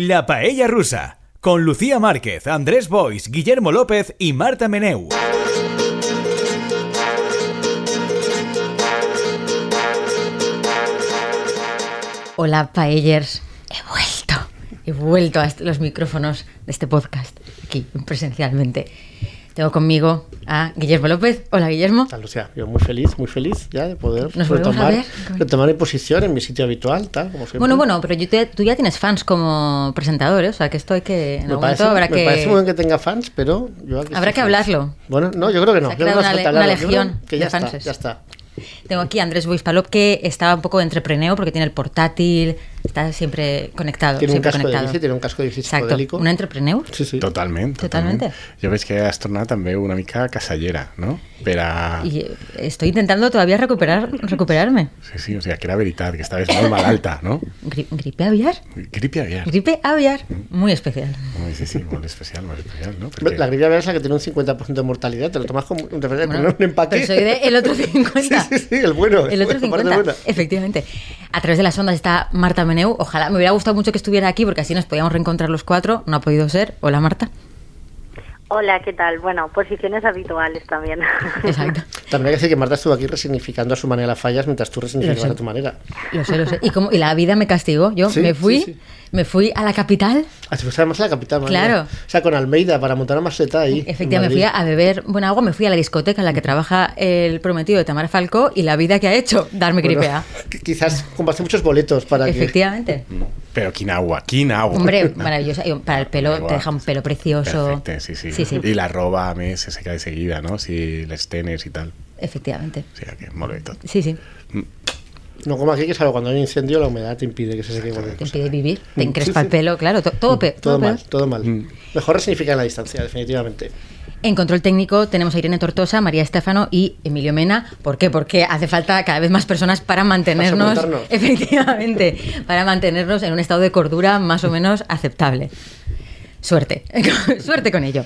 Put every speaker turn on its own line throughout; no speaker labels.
La Paella Rusa, con Lucía Márquez, Andrés Bois, Guillermo López y Marta Meneu.
Hola, paellers. He vuelto. He vuelto a est- los micrófonos de este podcast, aquí, presencialmente. Tengo conmigo a Guillermo López. Hola, Guillermo.
Tal, o sea, yo muy feliz, muy feliz ya de poder
Nos volvemos a
retomar,
ver.
retomar mi posición en mi sitio habitual, tal, como siempre.
Bueno, bueno, pero yo te- tú ya tienes fans como presentador, ¿eh? o sea que esto hay que. En
Me
algún
parece,
momento habrá
me parece muy bien
que.
que tenga fans, pero yo aquí
Habrá
estoy
que
feliz.
hablarlo.
Bueno, no, yo creo que no.
Se ha
yo creo
creado
que
una
hace
le-
falta
una
hablarlo. Yo creo
legión
que ya
de
está,
fanses.
ya está.
Tengo aquí a Andrés Boispalop, que está un poco entrepreneo porque tiene el portátil, está siempre conectado.
Tiene un
siempre
casco de
conectado.
bici, tiene un casco de bici
Exacto.
psicodélico.
Un entrepreneur.
Sí, sí.
Totalment,
Totalment.
totalment. Jo veig que has tornat també una mica casallera, no? Per a...
Ah.
Y eh, estoy intentando todavía recuperar, recuperarme.
Sí, sí, o sigui, que era veritat, que estaves molt malalta, no?
Gri- ¿Gripe aviar?
Gripe aviar.
Gripe aviar, muy especial.
Ui, Sí, sí, molt especial, molt especial, no? Perquè...
La gripe aviar es la que tiene un 50% de mortalidad, te lo tomas como un, referente,
Bueno,
como un empaque.
Pero soy de el otro 50.
Sí, sí, sí, el bueno,
El otro
la parte
50,
buena.
efectivamente. A través de las ondas está Marta Meneu. Ojalá, me hubiera gustado mucho que estuviera aquí porque así nos podíamos reencontrar los cuatro. No ha podido ser. Hola, Marta.
Hola, ¿qué tal? Bueno, posiciones habituales también.
Exacto.
También hay que decir que Marta estuvo aquí resignificando a su manera fallas mientras tú
Lo
resignificabas
sé.
a tu manera.
Lo sé, lo sé. Y, como, y la vida me castigó. Yo
Sí,
me fui
sí, sí.
me fui a la capital.
Así pues además la capital, madre
Claro.
mía. O sea, con Almeida para montar una maceta ahí. en
Efectivamente, me
Madrid.
fui a beber buena agua, me fui a la discoteca en la que trabaja el prometido de Tamara Falcó y la vida que ha hecho, darme gripe
Bueno,
A.
qu- Quizás compraste muchos boletos para que.
Efectivamente.
Però quina agua, quina agua.
Hombre, maravillosa. Y Para el pelo,
Agua.
te deja un pelo precioso.
Perfecte, sí, sí.
Sí, sí.
I la roba, a més, se seca de seguida, no? Si les tenes i tal.
Efectivamente.
O sigui, que molt bé tot.
Sí, sí.
No como aquí, que salvo cuando hay un incendio, la humedad te impide que se seque cualquier
Te
cosa.
impide vivir, te
Sí,
encrespa el
sí.
pelo, claro, to- todo, pe- todo
Todo
peor.
mal, todo mal. Mejor resignificar la distancia, definitivamente.
En control técnico tenemos a Irene Tortosa, María Estefano y Emilio Mena. ¿Por qué? Porque hace falta cada vez más personas para mantenernos,
soportarnos.
efectivamente, para mantenernos en un estado de cordura más o menos aceptable. Suerte, suerte con ello.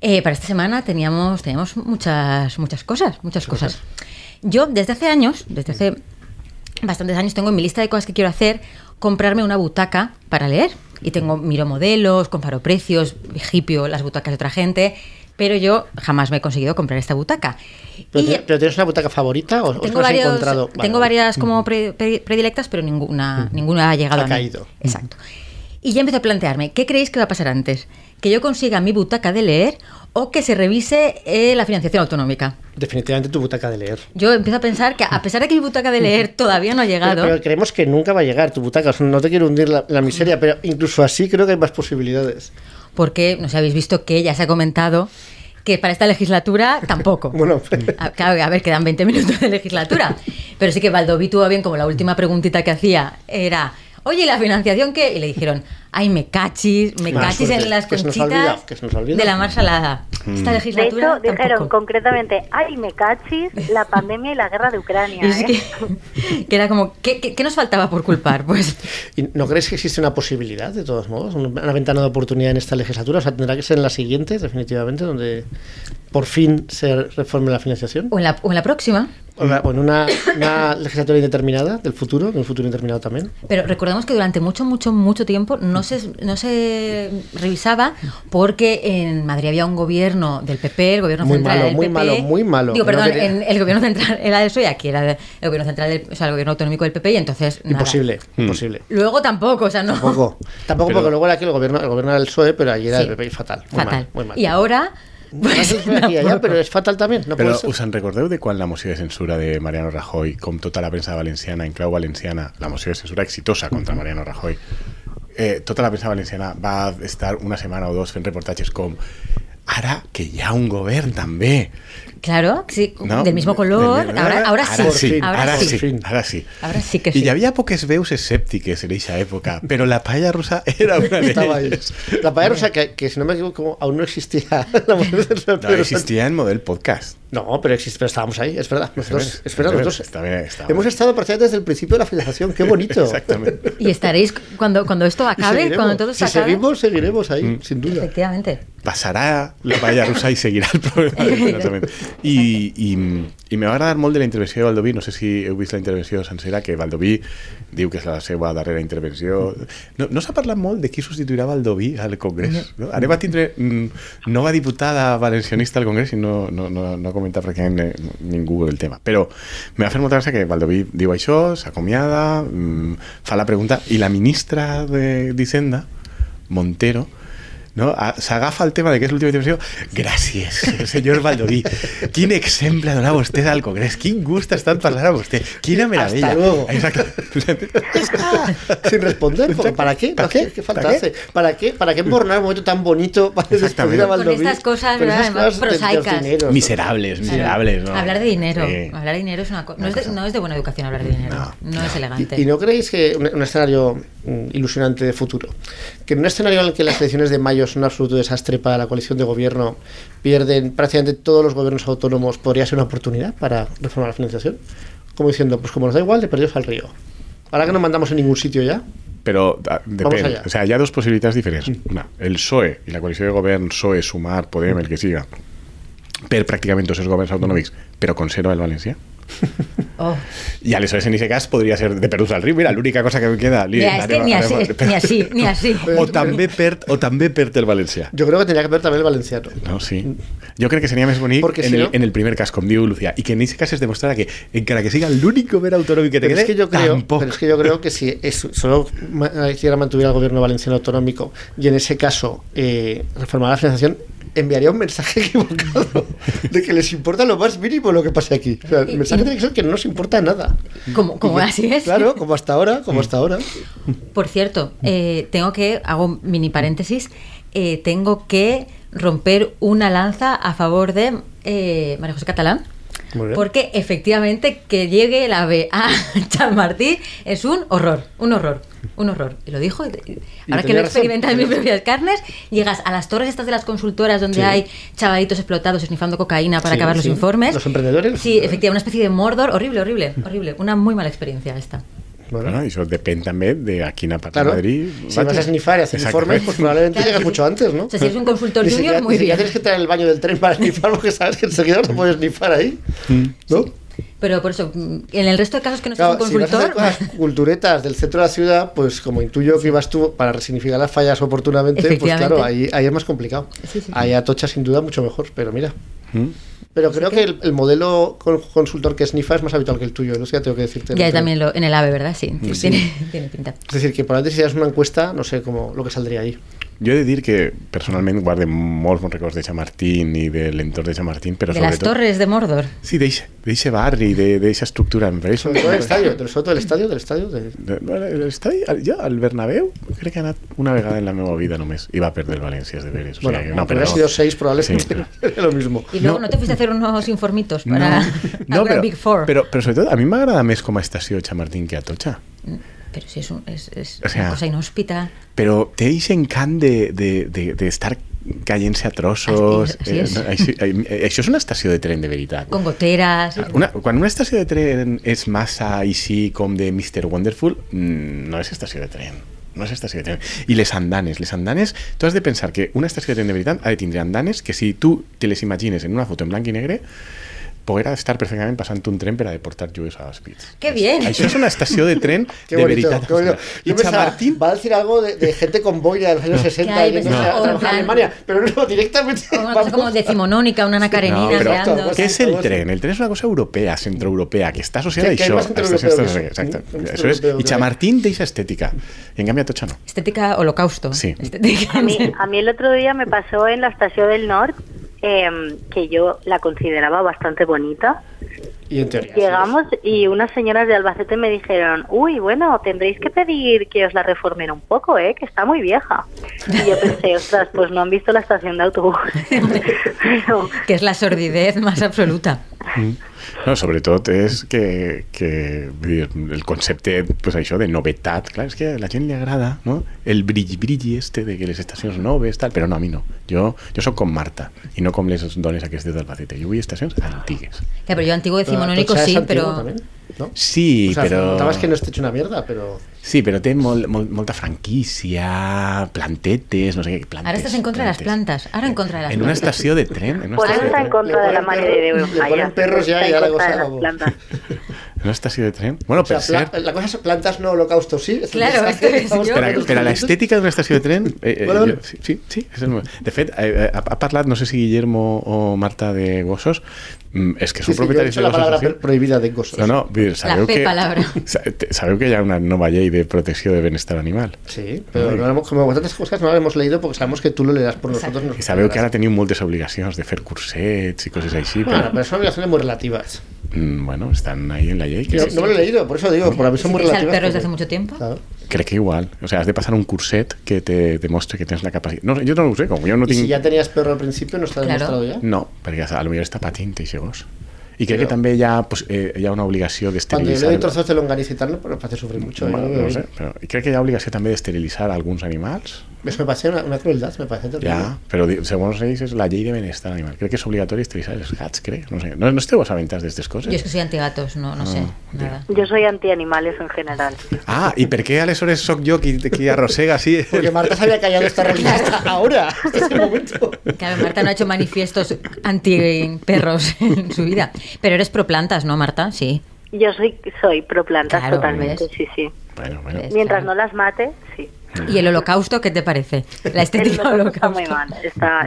Eh, para esta semana teníamos, teníamos muchas, muchas cosas, muchas cosas. Yo desde hace años, desde hace bastantes años tengo en mi lista de cosas que quiero hacer comprarme una butaca para leer. Y tengo, miro modelos, comparo precios, hipio las butacas de otra gente, pero yo jamás me he conseguido comprar esta butaca.
¿Pero,
Y
tienes- pero tienes una butaca favorita o, o
tengo,
has
varios-
encontrado? Vale,
tengo
vale. Mm.
varias como pre- pre- predilectas, pero ninguna, ninguna ha llegado
Ha
a mí.
caído. Mm.
Exacto. Y ya empiezo a plantearme, ¿qué creéis que va a pasar antes? ¿Que yo consiga mi butaca de leer o que se revise eh, la financiación autonómica?
Definitivamente tu butaca de leer.
Yo empiezo a pensar que a pesar de que mi butaca de leer todavía no ha
Pero,
llegado...
pero creemos que nunca va a llegar tu butaca. o sea, no te quiero hundir la, la
Mm.
miseria, pero incluso así creo que hay más posibilidades.
porque no sé, habéis visto que ya se ha comentado que para esta legislatura tampoco.
Bueno, pues.
A, claro, a ver, quedan 20 minutos de legislatura. Pero sí que Baldoví tuvo bien, como la última preguntita que hacía era, oye, ¿y la financiación qué? Y le dijeron, ay, me cachis, me
Mala
cachis
suerte,
en las
que se nos ha
conchitas
olvidado, que se nos ha olvidado". Mm.
de la mar salada. Esta
De
legislatura
hecho, dijeron
tampoco.
concretamente, ay, me cachis, la pandemia y la guerra de Ucrania.
Y es
¿eh?
que, que era como, ¿qué, qué, qué nos faltaba por culpar? Pues
¿Y ¿No crees que existe una posibilidad, de todos modos? un- Una ventana de oportunidad en esta legislatura. O sea, tendrá que ser en la siguiente, definitivamente, donde por fin se reforme la financiación.
o en la, o en la próxima.
O, la- o en una, una legislatura indeterminada del futuro, en un futuro indeterminado también.
Pero recordemos que durante mucho, mucho, mucho tiempo no se, no se revisaba porque en Madrid había un gobierno del PP, el gobierno
Muy
central
malo,
era del
muy
PP.
malo, muy malo.
Digo,
No
perdón,
quería-
en- el gobierno central era del PSOE, aquí era de- el gobierno central, del, o sea, el gobierno autonómico del PP y entonces nada.
Imposible, imposible.
Luego tampoco, o sea, no.
Tampoco, tampoco
Hmm. Pero-
porque luego era que el gobierno, el gobierno era el PSOE, pero allí era
Sí.
el PP y fatal. Muy
fatal.
mal, muy mal.
Y ahora, pues,
Ahora es aquí y allá,
tampoco.
pero es fatal también. No
Però
puede ser.
us en recordeu de quan la moció de censura de Mariano Rajoy, com tota la premsa valenciana, en clau valenciana, la moció de censura exitosa contra Mariano Rajoy, eh, tota la premsa valenciana va estar una setmana o dos fent reportatges com ara que hi ha un govern també
claro, sí,
no?
del mismo color,
Del-
ahora, ahora sí,
Ara sí,
ahora
ara
sí.
sí,
Por fin.
ara sí.
Ahora sí que
I
sí.
hi havia poques veus escèptiques en aquesta època, però la paella russa era una
Estaba ahí.
d'elles.
La paella rusa, que, que si no me equivoco, aún no existía. La mujer del PSOE,
No,
pero-
existia en model podcast.
No, pero, exist- pero estábamos ahí, es verdad. Nosotros,
bien,
es
está
verdad,
bien,
nosotros
está bien, está
hemos
bien.
estado prácticamente desde el principio de la federación, qué bonito.
Exactament.
Y estaréis cuando, cuando esto
Y
acabe,
seguiremos.
cuando todo se
si
acabe.
seguimos, seguiremos ahí, sin duda.
Efectivamente.
pasará la paella rusa y seguirá el problema. definitivamente. Y, y,
I me va agradar molt de la intervenció de Valdoví, no sé si heu vist la intervenció sencera, que Valdoví diu que és la seva darrera intervenció. No, no s'ha parlat molt de qui substituirà Valdoví al Congrés. No? Anem a tindre mm, nova diputada valencianista al Congrés i no, no, no, no ha comentat pràcticament eh, ningú el tema. Però me va fer molta gràcia que Valdoví diu això, s'acomiada, mm, fa la pregunta, i la ministra de- d'Hisenda, Montero, no? A- S'agafa el tema de que és l'última intervenció. Gràcies, senyor Valdoví. Quin exemple ha donat vostè al Congrés. Quin gust ha estat parlar amb vostè. Quina meravella.
luego.
Exacte.
Sin responder, porque ¿para qué? ¿Para qué? ¿Qué falta
¿Para qué?
hace? ¿Para qué? ¿Para qué embornar un momento tan bonito para despedir a
Exactamente.
Con
Valdoví?
estas cosas,
Con esas
¿verdad?
cosas de- de
Prosaicas.
dinero.
Miserables, miserables. ¿no?
Hablar de dinero.
Sí.
Hablar de dinero es una, co-
Una
no, es de,
cosa.
no es de buena educación hablar de dinero.
No.
No, es elegante.
Y, y no creéis que un, un escenario mm, ilusionante de futuro, que en un escenario en el que las elecciones de mayo son un absoluto desastre para la coalición de gobierno, pierden prácticamente todos los gobiernos autónomos, podría ser una oportunidad para reformar la financiación? Como diciendo, pues como nos da igual, de perdidos al río. Ahora que no mandamos en ningún sitio ya,
Però ah, depèn.
allá.
O sea, hi ha dues possibilitats diferents. Una, el PSOE i la coalició de govern PSOE, Sumar, Podem, el que siga, per pràcticament tots els governs autonòmics, però conserva el valencià.
Oh.
I aleshores, en aquest cas, podria ser de Perús al riu. Mira, l'única cosa que em queda... li-
Mira, es que
anem a-
ni así,
anem a-
ni así, ni así.
O també perd, o també perd el valencià.
yo creo que tendría que perder también el valenciano.
No, sí. Jo crec que seria més bonic
Porque
en,
si
el,
no-
en el primer cas, com diu Lucía, i que en aquest cas es demostrara que encara que siga l'únic govern autonòmic que te
Pero
quede,
es que yo creo,
tampoc.
pero es que yo creo que si es- solo ma- Izquierda mantuviera el gobierno valenciano autonómico y en ese caso eh, reformara la financiación, enviaría un mensaje equivocado de que les importa lo más mínimo lo que pase aquí. O sea, el
Y-
mensaje
y-
tiene que ser que no nos importa nada.
Como, como así es.
Claro, como hasta ahora,
Mm.
como hasta ahora.
Por cierto, eh, tengo que, hago un mini paréntesis, eh, tengo que romper una lanza a favor de eh, María José Catalán.
Muy bien.
Porque efectivamente que llegue la B a Chamartí es un horror, un horror, un horror. Y lo dijo, y- y- ahora que lo
tenía razón.
experimentas en mis propias carnes, llegas a las torres estas de las consultoras donde
Sí.
hay chavalitos explotados esnifando cocaína para
Sí,
acabar los
sí.
informes.
Los emprendedores.
Sí, efectivamente, una especie de mordor, horrible, horrible, horrible. Una muy mala experiencia esta.
Bueno,
Bueno, i això depèn també de a quina part
Claro,
de Madrid...
si vas a snifar y hacer informes, pues probablemente
Claro,
llegas
sí.
mucho antes, ¿no?
O sea, si eres un consultor
Ni
junior,
siquiera-
muy
ni
bien.
siquiera tienes que estar en el baño del tren para snifar porque sabes que enseguida no puedes snifar ahí,
Mm.
¿no?
Pero por eso, mm, en el resto de casos que no
Claro,
seas un
si vas a hacer
consultor,
cosas culturetas del centro de la ciudad, pues como intuyo que ibas tú para resignificar las fallas oportunamente, pues
Efectivamente.
claro, ahí, ahí es más complicado.
Sí, sí.
Ahí Atocha sin duda mucho mejor, pero mira.
Mm.
Pero
Pues
creo que el, el modelo con- consultor que snifa es más habitual que el tuyo, Lucía, tengo que decirte.
ya
¿no?
es también lo- en el AVE, ¿verdad? Sí, sí, Tiene, tiene pinta.
Es decir, que probablemente si haces una encuesta, no sé cómo lo que saldría ahí.
Jo he de dir que personalment guarde molts bons records de Chamartín i de l'entorn de Chamartín, però
de las
sobretot...
torres de Mordor.
Sí, d'eixe- d'eixe barri, de- d'eixa estructura. Em pareix...
Sobre todo el estadio, del sobre todo el estadio, del estadio. de-
L'estadi, jo, al Bernabéu, crec que he anat una vegada en la meva vida només i va perdre el València, és de veres. O
Bueno,
sigui,
no, pero ha sido seis probablemente,
Sí, però-
pero lo mismo.
Y luego
No.
no, te fuiste a hacer unos informitos para
no,
alguna
però,
Big Four.
Però, però sobretot a mi m'agrada més com a estació Chamartín que a Tocha.
Pero sí, es, un- es- es
O sea-
una cosa inhóspita.
Però té aquest encant de, de, de, de estar caient-se a trossos.
Així és.
no, així, eh, això és una estació de tren de veritat.
Con goteras.
Ah, Una, quan una estació de tren és massa així com de Mr. Wonderful, mm, no és estació de tren. No és estació de tren. I les andanes, les andanes, tu has de pensar que una estació de tren de veritat ha de tindre andanes que si tu te les imagines en una foto en blanc i negre, podrà estar perfectament passant un tren per a deportar jugues a Auschwitz.
¡Qué bien!
Això és una estació de tren
Qué
de
bonito,
veritat.
qué bonito.
I
Yo pensaba,
Chamartín...
va a decir algo de, de gente con boina de los años 60
Claro,
y
yo
yéndose
pensaba, o
a
en
trabajar
plan-
en Alemania, pero no, directamente.
Una cosa como decimonónica, una anacarenina,
No, pero-
creando-
Exacto,
¿Qué
Pues,
es el
algo así.
tren? El tren es una cosa europea, centroeuropea, que está asociada
Que-
y
que hay
show.
más centroeuropeo que eso.
Exacto.
Mm,
Eso es.
centroeuropeo
Y
que hay.
Chamartín de esa estética. Y en cambio a Tocha no.
Estética holocausto.
Sí.
Estética-
¿eh? A mí, a mí el otro día me pasó en la estación del Norte, em, que yo la consideraba bastante bonita.
Y en teoría.
Ah,
Pues
Llegamos y unas señoras de Albacete me dijeron, uy, bueno, tendréis que pedir que os la reformen un poco, ¿eh? que está muy vieja. Y yo pensé, ostras, pues no han visto la estación de autobús. Pero,
que es la sordidez más absoluta.
No, sobre todo es que, que vull dir, el concepto pues això de novedad, claro, es que a la gente le agrada, ¿no? El brilli brilli este de que les estaciones noves, tal, pero no, a mí no. Yo, yo soy con Marta y no con les dones aquestes d'Albacete. Yo voy a estaciones antigues.
Ya, pero yo antiguo decimonónico
Tocha es
sí,
antiguo
pero
también. ¿no?
Sí,
O sea,
però...
Notabas que no esté hecho una mierda, pero...
Sí, però té molt, molt, molta franquícia, plantetes, no sé què, plantes.
Ara estàs en contra de les plantes, ara en contra de les
En una
plantes.
estació de tren, en una
Por eso
estació de
está
tren,
en contra
Le
de la
ponen
madre
perros-
de
le
Eugenio.
ponen perros ya y
Está
ya
en
la
contra de las
gozaba.
plantas.
en una estació de tren. Bueno,
O sea,
per
pla-
cert,
la cosa es plantas no, holocausto sí. Esto
Claro,
ya
esto
está.
es
Vamos
yo.
con
Espera,
otros
espera,
conceptos.
l'estètica d'una estació de tren... Eh, eh,
Bueno,
jo, sí, sí, sí, és el moment. De fet, eh, eh, ha, ha parlat, no sé si Guillermo o Marta de Gossos, mm, és que
Sí,
són
sí, yo he
propietaris
dicho
de
la
Gossos.
palabra
sí.
pro- prohibida de gozos.
No, no, vull dir, sabeu
La P
que,
palabra.
sa- te- sabeu que hi ha una nova llei de protecció de benestar animal.
Sí, pero no hemos- como tantas cosas no lo hemos leído porque sabemos que tú lo leerás por
Exacto.
nosotros.
I sabeu que ara teniu moltes obligacions de fer cursets i coses així,
Bueno,
però,
pero son obligaciones muy relativas.
mm, bueno, estan ahí en la llei. Que
Yo
sí.
no me lo he leído, por eso digo, por a mí son muy
¿Tienes al
relativas.
perro desde
porque-
hace mucho tiempo?
Claro.
Crec que igual. O sea, has de pasar un curset que te demostre que tens la capacitat. No, jo no ho sé, com jo no
Y
tinc...
si ya tenías perro al principio, ¿no está
Claro.
demostrado ya?
No, perquè a lo millor està patint i gos. I crec
Però-
que també hi ha, pues, eh, hi ha una obligació
Cuando yo le
d'esterilitzar...
doy trozos de longaniza y tal, no, pero me hace sufrir mucho. ¿eh?
Bueno,
yo
no ho sé, però i crec que hi ha obligació també d'esterilitzar alguns animals.
Eso me parece una, una crueldad, me parece terrible.
Ja, però di- segons ells és la llei de benestar animal. Crec que és obligatori esterilitzar els gats, crec. No, sé. no, no esteu assabentats d'aquestes coses?
Yo es que soy antigatos, no, no sé,
Ah,
nada.
Yo soy antianimales en general.
Ah, i per què aleshores sóc jo qui, qui arrossega així?
Porque Marta se había callado esta realidad hasta ahora, hasta ese momento.
Claro, Marta no ha hecho manifiestos anti perros en su vida. Pero eres pro plantas, ¿no, Marta? Sí.
Yo soy, soy pro plantas
Claro,
totalmente,
¿ves?
sí, sí.
Bueno, bueno.
Ves.
Mientras
Claro.
no las mate, sí.
¿Y el holocausto qué te parece? La
El
estética
holocausto
holocausto.
está muy mal,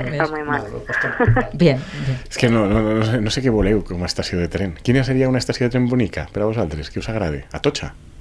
está, está
¿Ves?
muy mal.
No, no,
Bien, bien.
És que no, no, no, sé, no sé què voleu com a estació de tren. Quina seria una estació de tren bonica per a vosaltres? Què us agrada? A Tocha? Ah,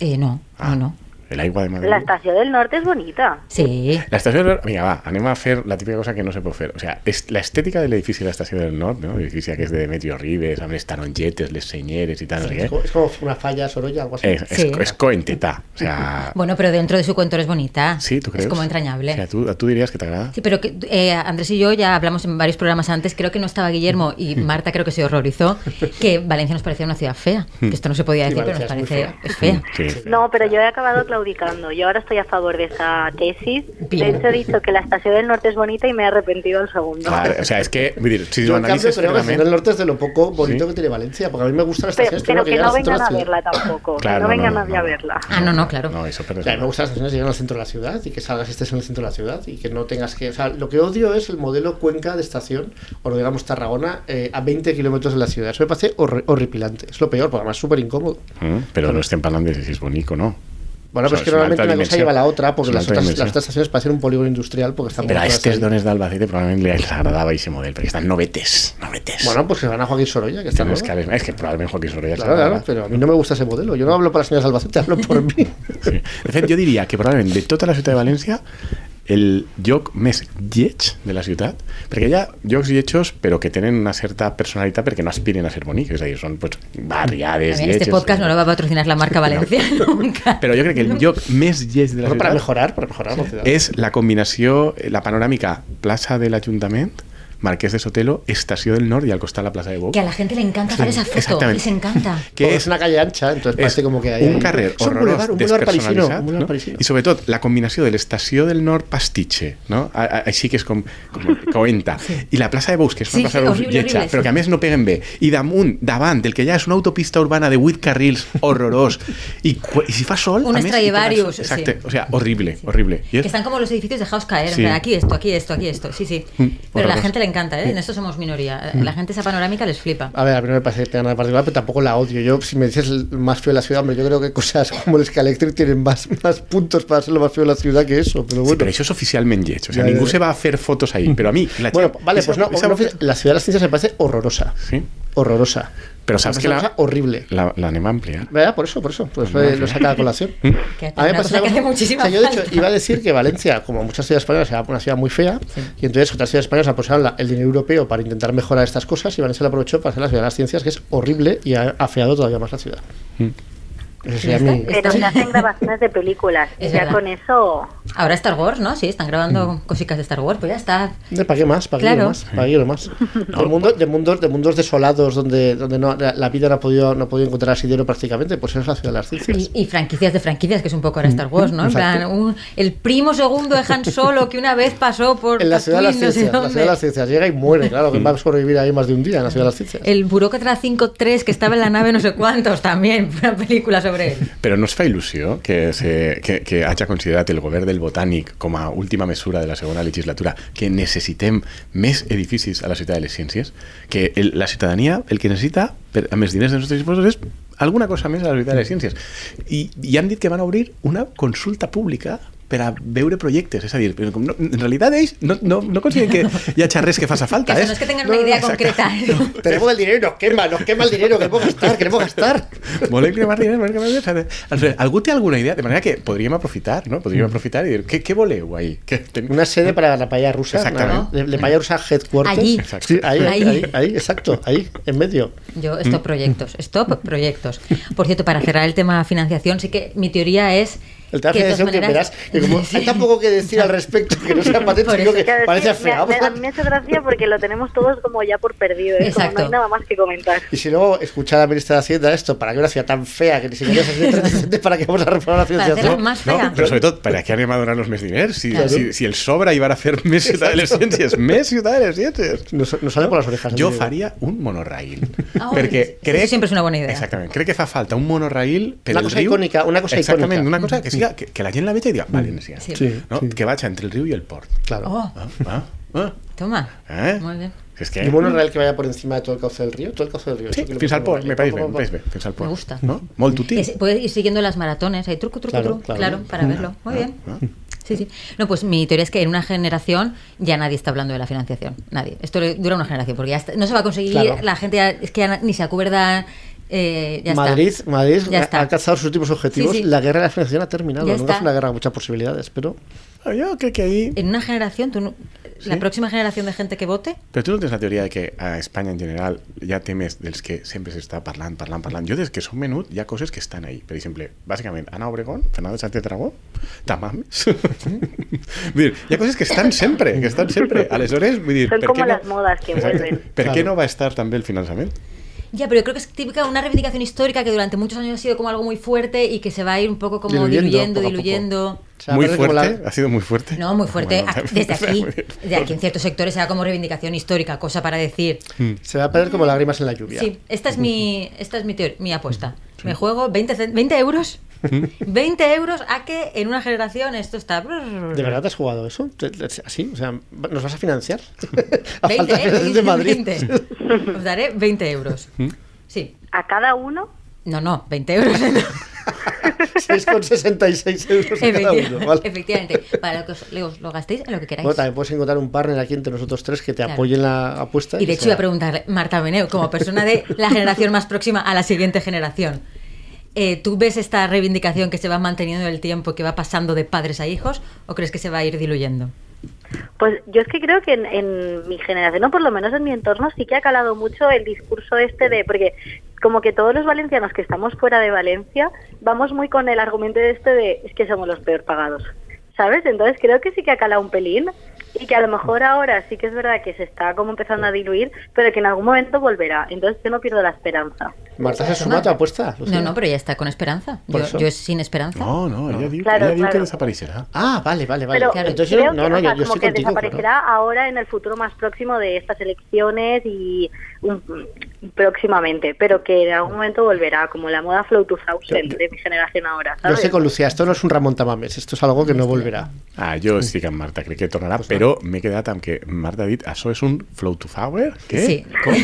Eh, no, no, no.
El aigua de Madrid.
La estación del norte es bonita.
Sí.
La estación del Nord, venga, va, anima a hacer la típica cosa que no se puede hacer. O sea, es la estética del edificio de la estación del norte, ¿no? El edificio que es de Demetrio Rives, amb les tarongetes, les senyeres y tal, no sé
Es
qué.
como- es como una falla, sorolla, algo así.
Es, es,
Sí.
es coentetà, O sea,
Bueno, pero dentro de su cuento eres bonita.
sí, ¿tú crees?
Es como entrañable.
O sea, ¿tú, tú dirías que te agrada?
Sí, pero que, eh, Andrés y yo ya hablamos en varios programas antes, creo que no estaba Guillermo y Marta creo que se horrorizó, que Valencia nos parecía una ciudad fea, que esto no se podía
Sí,
decir, pero nos
Valencia
parece
es muy
es fea.
Mm, Sí.
No, pero yo he acabado claudicando. Yo ahora estoy a favor de esa tesis. De
Bien.
hecho, he dicho que la estación del norte es bonita y me he arrepentido al segundo.
Claro, o sea, es que, vull dir, si
Yo,
lo
en cambio,
analizas
creo que el
claramente...
norte es de lo poco bonito
Sí.
que tiene Valencia, porque a mí me gustan las
Pero,
estaciones, primero
pero que
llegan
no
al centro de este
vengan
la
a
ciudad.
verla tampoco. que no vengan a verla.
Ah, no, no, claro.
No, eso perdón.
O sea, me gustan las estaciones que llegan al centro de la ciudad y que salgas y estés en el centro de la ciudad y que no tengas que. O sea, lo que odio es el modelo cuenca de estación, o lo digamos Tarragona, eh, a 20 kilómetros de la ciudad. Eso me parece horri- horripilante. Es lo peor, porque además es súper incómodo.
Mm, Pero no estén hablando de si es bonito, ¿no?
Bueno,
Eso
pues que
es una
normalmente
alta
una cosa
dimensión.
lleva a la otra, porque
Es una
las
alta
otras las
dimensión.
otras estaciones parecen un polígono industrial porque están
Pero a
montadas
estos
ahí.
dones de Albacete probablemente les agradaba ese modelo, porque están novetes, novetes.
Bueno, pues que van a Joaquín Sorolla, que está
Tienes
nuevo.
que haber- es que probablemente Joaquín Sorolla
Claro,
se
claro,
agrada.
pero a mí no me gusta ese modelo. Yo no hablo para las señoras de Albacete, hablo por mí.
Sí. De fet, jo diria que probablement de tota la ciutat de València el lloc més lleig de la ciutat, perquè hi ha llocs lletjos però que tenen una certa personalitat perquè no aspiren a ser bonics, és a dir, són pues,
A
barriades,
ver, este
lletges, eh.
podcast no lo va a patrocinar la marca Valencia nunca.
Però jo crec que el lloc més lleig de la
Pero para
ciutat
mejorar, para mejorar la ciudad.
és la combinació, eh, la panoràmica plaça de l'Ajuntament, Marquès de Sotelo, Estació del Nord i al costat la plaça de Bou.
Que a la gente le encanta hacer esa foto,
exactamente.
les encanta.
Porque es una calle ancha, entonces parece como que hay
un
ahí-
carrer
Es un
horrorós,
boulevard, un boulevard parisino,
despersonalitzat,
un boulevard
no?
parisino.
I sobretot, la combinació de l'estació del nord pastitxe, no? A- a- Així que és com, com coenta. I la plaça de Bous, que és
Sí,
una
sí,
plaça de Bous
horrible,
lletja,
horrible,
però que
sí.
a més no peguen bé. I damunt, davant, del que ja és una autopista urbana de 8 carrils, horrorós. I, cu- i si fa sol...
Un
a més, hi pega
Stradivarius,
sol. Exacte,
sí.
o sea, horrible, horrible.
Que
I és,
están como los edificios dejados caer, en
Sí.
plan, aquí esto, aquí esto, aquí esto, sí, sí.
Mm,
Pero a la
horroroso.
gente le encanta, ¿eh? En esto somos minoría.
Mm.
La gente esa panorámica les flipa.
A ver, a mí no me parece que tenga nada particular, pero tampoco la odio. Yo, si me dices el más feo de la ciudad, hombre, yo creo que cosas como el Scalectric tienen más, más puntos para ser lo más feo de la ciudad que eso, pero
Sí,
bueno.
però això és oficialment lleig. O sea,
Ja, ja,
ningú
ja.
se va a fer fotos ahí. Però a mi... La
Bueno,
gent-
vale,
esa-
pues no,
esa-
no, la ciudad de las ciencias me parece horrorosa.
Sí,
Horrorosa.
però saps
Me parece
que
una
la...
cosa horrible.
la- L'anem a ampliar.
¿Verdad? Por eso, por eso. Por eso eh, lo saca a colación.
Que hace
A mí me
una
parece
cosa que
una
hace
cosa-
muchísima
o sea, yo, de hecho,
falta.
iba a decir que Valencia, como muchas ciudades españolas, era una ciudad muy fea, y entonces otras ciudades españolas aprovecharon la- el dinero europeo para intentar mejorar estas cosas, y Valencia lo aprovechó para hacer la ciudad de las ciencias, que es horrible y ha afeado todavía más la ciudad. Eso sería mi-
está.
Pero se hacen grabaciones de películas. y
Es
ya
verdad.
con eso.
Ahora Star Wars, ¿no? Sí, están grabando
Mm.
cositas de Star Wars, pues ya está.
De pagué Eh, más, pagué
Claro.
más, pagué más. De, mundo- de mundos, de mundos desolados donde, donde no, la, la vida no ha, podido, no ha podido encontrar asidero prácticamente, pues eso es la ciudad de las ciencias.
Y, y franquicias de franquicias, que es un poco ahora Star Wars, ¿no? En
Mm, Exacto.
plan, un- el primo segundo de Han Solo que una vez pasó por
En la ciudad de las
Tatooine, no sé
ciencias, la ciudad de
dónde.
las ciencias llega y muere, claro, que va a sobrevivir ahí más de un día en la ciudad de las ciencias.
El burócrata 5-3 que estaba en la nave no sé cuántos también, una película sobre él.
Però no us fa il·lusió que, se, que, que hagi considerat el govern del Botànic com a última mesura de la segona legislatura que necessitem més edificis a la ciutat de les ciències? Que el, la ciutadania el que necessita, per, amb els diners dels nostres impostos, és alguna cosa més a la ciutat de les ciències. I, I han dit que van obrir una consulta pública per a veure projectes, és a dir, però com no, en realitat ells no, no, no consideren que hi hagi res que faça falta. eh?
Que eso no es que tengan una idea concreta. ¿eh?
Tenemos el dinero y nos quema, nos quema el dinero, queremos gastar, queremos gastar.
Volem cremar diners, volem cremar diners. Alfred, Algú té alguna idea? De manera que podríem aprofitar, no? Podríem aprofitar i dir, què, què voleu ahí? Que ten...
Mm. Una sede para la paya rusa,
Exactamente.
¿no? de, de paya rusa headquarters.
Allí.
Sí, ahí, ahí,
Ahí.
ahí, ahí, exacto, ahí, en medio.
Yo, stop proyectos, stop proyectos. Por cierto, para cerrar el tema financiación, sí que mi teoría es...
El traje
que
de
todas
sesión que verás,
maneras-
que como
Sí.
hay tan poco que decir al respecto que no sea
Por
patético
eso.
que
Claro, es
parece
que me-
afeado.
me- a mí me hace gracia porque lo tenemos todos como ya por perdido. ¿eh? Como
Exacto.
no hay nada más que comentar.
Y si luego escuchar a la ministra de Hacienda esto, para que una ciudad tan fea que ni siquiera se siente decente, para que vamos a reformar la
Para hacerla
financiación.
más fea.
No, però sobretot, per a què anem a donar-los més diners? Si, si, si el sobra hi van a fer més ciutat de les ciències, més ciutat de les ciències.
Nos, nos sale por las orejas.
Jo
amigo.
faria un monorail.
Ah,
perquè
sí, sí,
crec...
sí, sempre és una bona idea.
Exactament. Crec que fa falta un monorail per
Una
el
cosa
riu.
icònica, una cosa
Exactament,
icònica.
una cosa que, siga, que, que la gent la veja i diga València.
Sí.
Sí,
No?
sí.
Que vaig entre el riu i el port.
Claro.
Oh,
Ah, ah, ah.
toma.
Eh?
Muy bien.
És que...
¿Y un monorail que vaya por encima de todo el cauce del río? Todo el cauce del río.
Sí,
Eso que lo
fins al
pongo
port,
ahí.
me pareix
Pom,
bé,
pom,
me
pom.
pareix bé, fins al port.
Me gusta.
No? Molt útil.
Es- puedes ir siguiendo las maratones, hay truco, truco,
Claro,
truco,
claro.
claro, para verlo. Muy bien.
Ah,
Sí, sí. No, pues mi teoría es que en una generación ya nadie está hablando de la financiación. Nadie. Esto le- dura una generación porque ya está- no se va a conseguir.
Claro.
La gente ya- es que ya na- ni se acuerda. eh, ya está.
Madrid, Madrid
Ya
ha-
está.
ha alcanzado sus últimos objetivos.
Sí, sí.
La guerra de la financiación ha terminado.
Ya
Nunca
está.
fue una guerra con muchas posibilidades, pero
Ah, Jo crec que ahí...
En una generación, tú no- la próxima generación de gente que vote.
Però tu no tens la teoria de que a Espanya en general hi ha temes dels que sempre s'està parlant, parlant, parlant. Jo des que som menut hi ha coses que estan ahí. Per exemple, bàsicament, Ana Obregón, Fernando Sánchez Dragó, Tamames... vull dir, hi ha coses que estan sempre, que estan sempre. Aleshores, vull dir...
Són
per
com
què
les modes que
Exacte.
vuelven.
Per què
Claro.
no va estar també el finançament?
Ya, pero yo creo que es típica una reivindicación histórica que durante muchos años ha sido como algo muy fuerte y que se va a ir un poco como diluyendo,
Diluyendo,
diluyendo.
poco a poco. se va a
Muy
perder como
fuerte?
la-
Ha sido muy fuerte?
No, muy fuerte.
Bueno,
Ah, desde aquí,
muy bien.
desde aquí en ciertos sectores se da como reivindicación histórica, cosa para decir.
se va a perder como lágrimas en la lluvia.
Sí, esta es mi, esta es mi, teor- mi apuesta. Me juego 20, cen- 20 euros. 20 euros a que en una generación esto está.
¿De verdad te has jugado eso? ¿Te- te- ¿Así? O sea, ¿nos vas a financiar? a
20,
falta de
¿eh?
financiación de Madrid.
20. Os daré 20 euros. Sí.
A cada uno.
No, no, 20 euros.
6,66 euros cada uno.
Efectivamente,
¿vale?
efectivamente. Para que os, os lo gastéis en lo que queráis.
Bueno, también puedes encontrar un partner aquí entre nosotros tres que te
Claro.
apoye en la apuesta.
Y de
que
hecho
sea-
iba a preguntarle, Marta Beneu, como persona de la generación más próxima a la siguiente generación, eh, ¿tú ves esta reivindicación que se va manteniendo en el tiempo, que va pasando de padres a hijos, o crees que se va a ir diluyendo?
Pues yo es que creo que en, en mi generación, o por lo menos en mi entorno, sí que ha calado mucho el discurso este de, porque como que todos los valencianos que estamos fuera de Valencia, vamos muy con el argumento este de, es que somos los peor pagados, ¿sabes? Entonces creo que sí que ha calado un pelín y que a lo mejor ahora sí que es verdad que se está como empezando a diluir, pero que en algún momento volverá. Entonces yo no pierdo la esperanza.
Marta, ¿se suma a tu apuesta? Lucía?
No, no, pero ya está con esperanza.
Pues Por
Yo,
eso.
yo es sin esperanza.
No, no, ella diu,
Claro,
ella diu que
claro.
desapareixerà.
Ah, vale, vale, vale.
Pero
Claro.
Entonces
creo
yo, no,
que,
no,
o
yo,
sea,
yo
como
estoy
que
contigo. claro.
desaparecerá ahora en el futuro más próximo de estas elecciones y un- mm, próximamente, pero que en algún momento volverá, como la moda Flow 2000
Yo- yo-
de mi generación ahora.
Yo
¿sabes?
estoy con Lucía, esto no es un Ramón Tamames, esto es algo que no volverá.
Ah, jo estic amb Marta, crec que tornarà, però m'he quedat amb que Marta ha dit això és un flow to flower? Què?
Sí.
Com?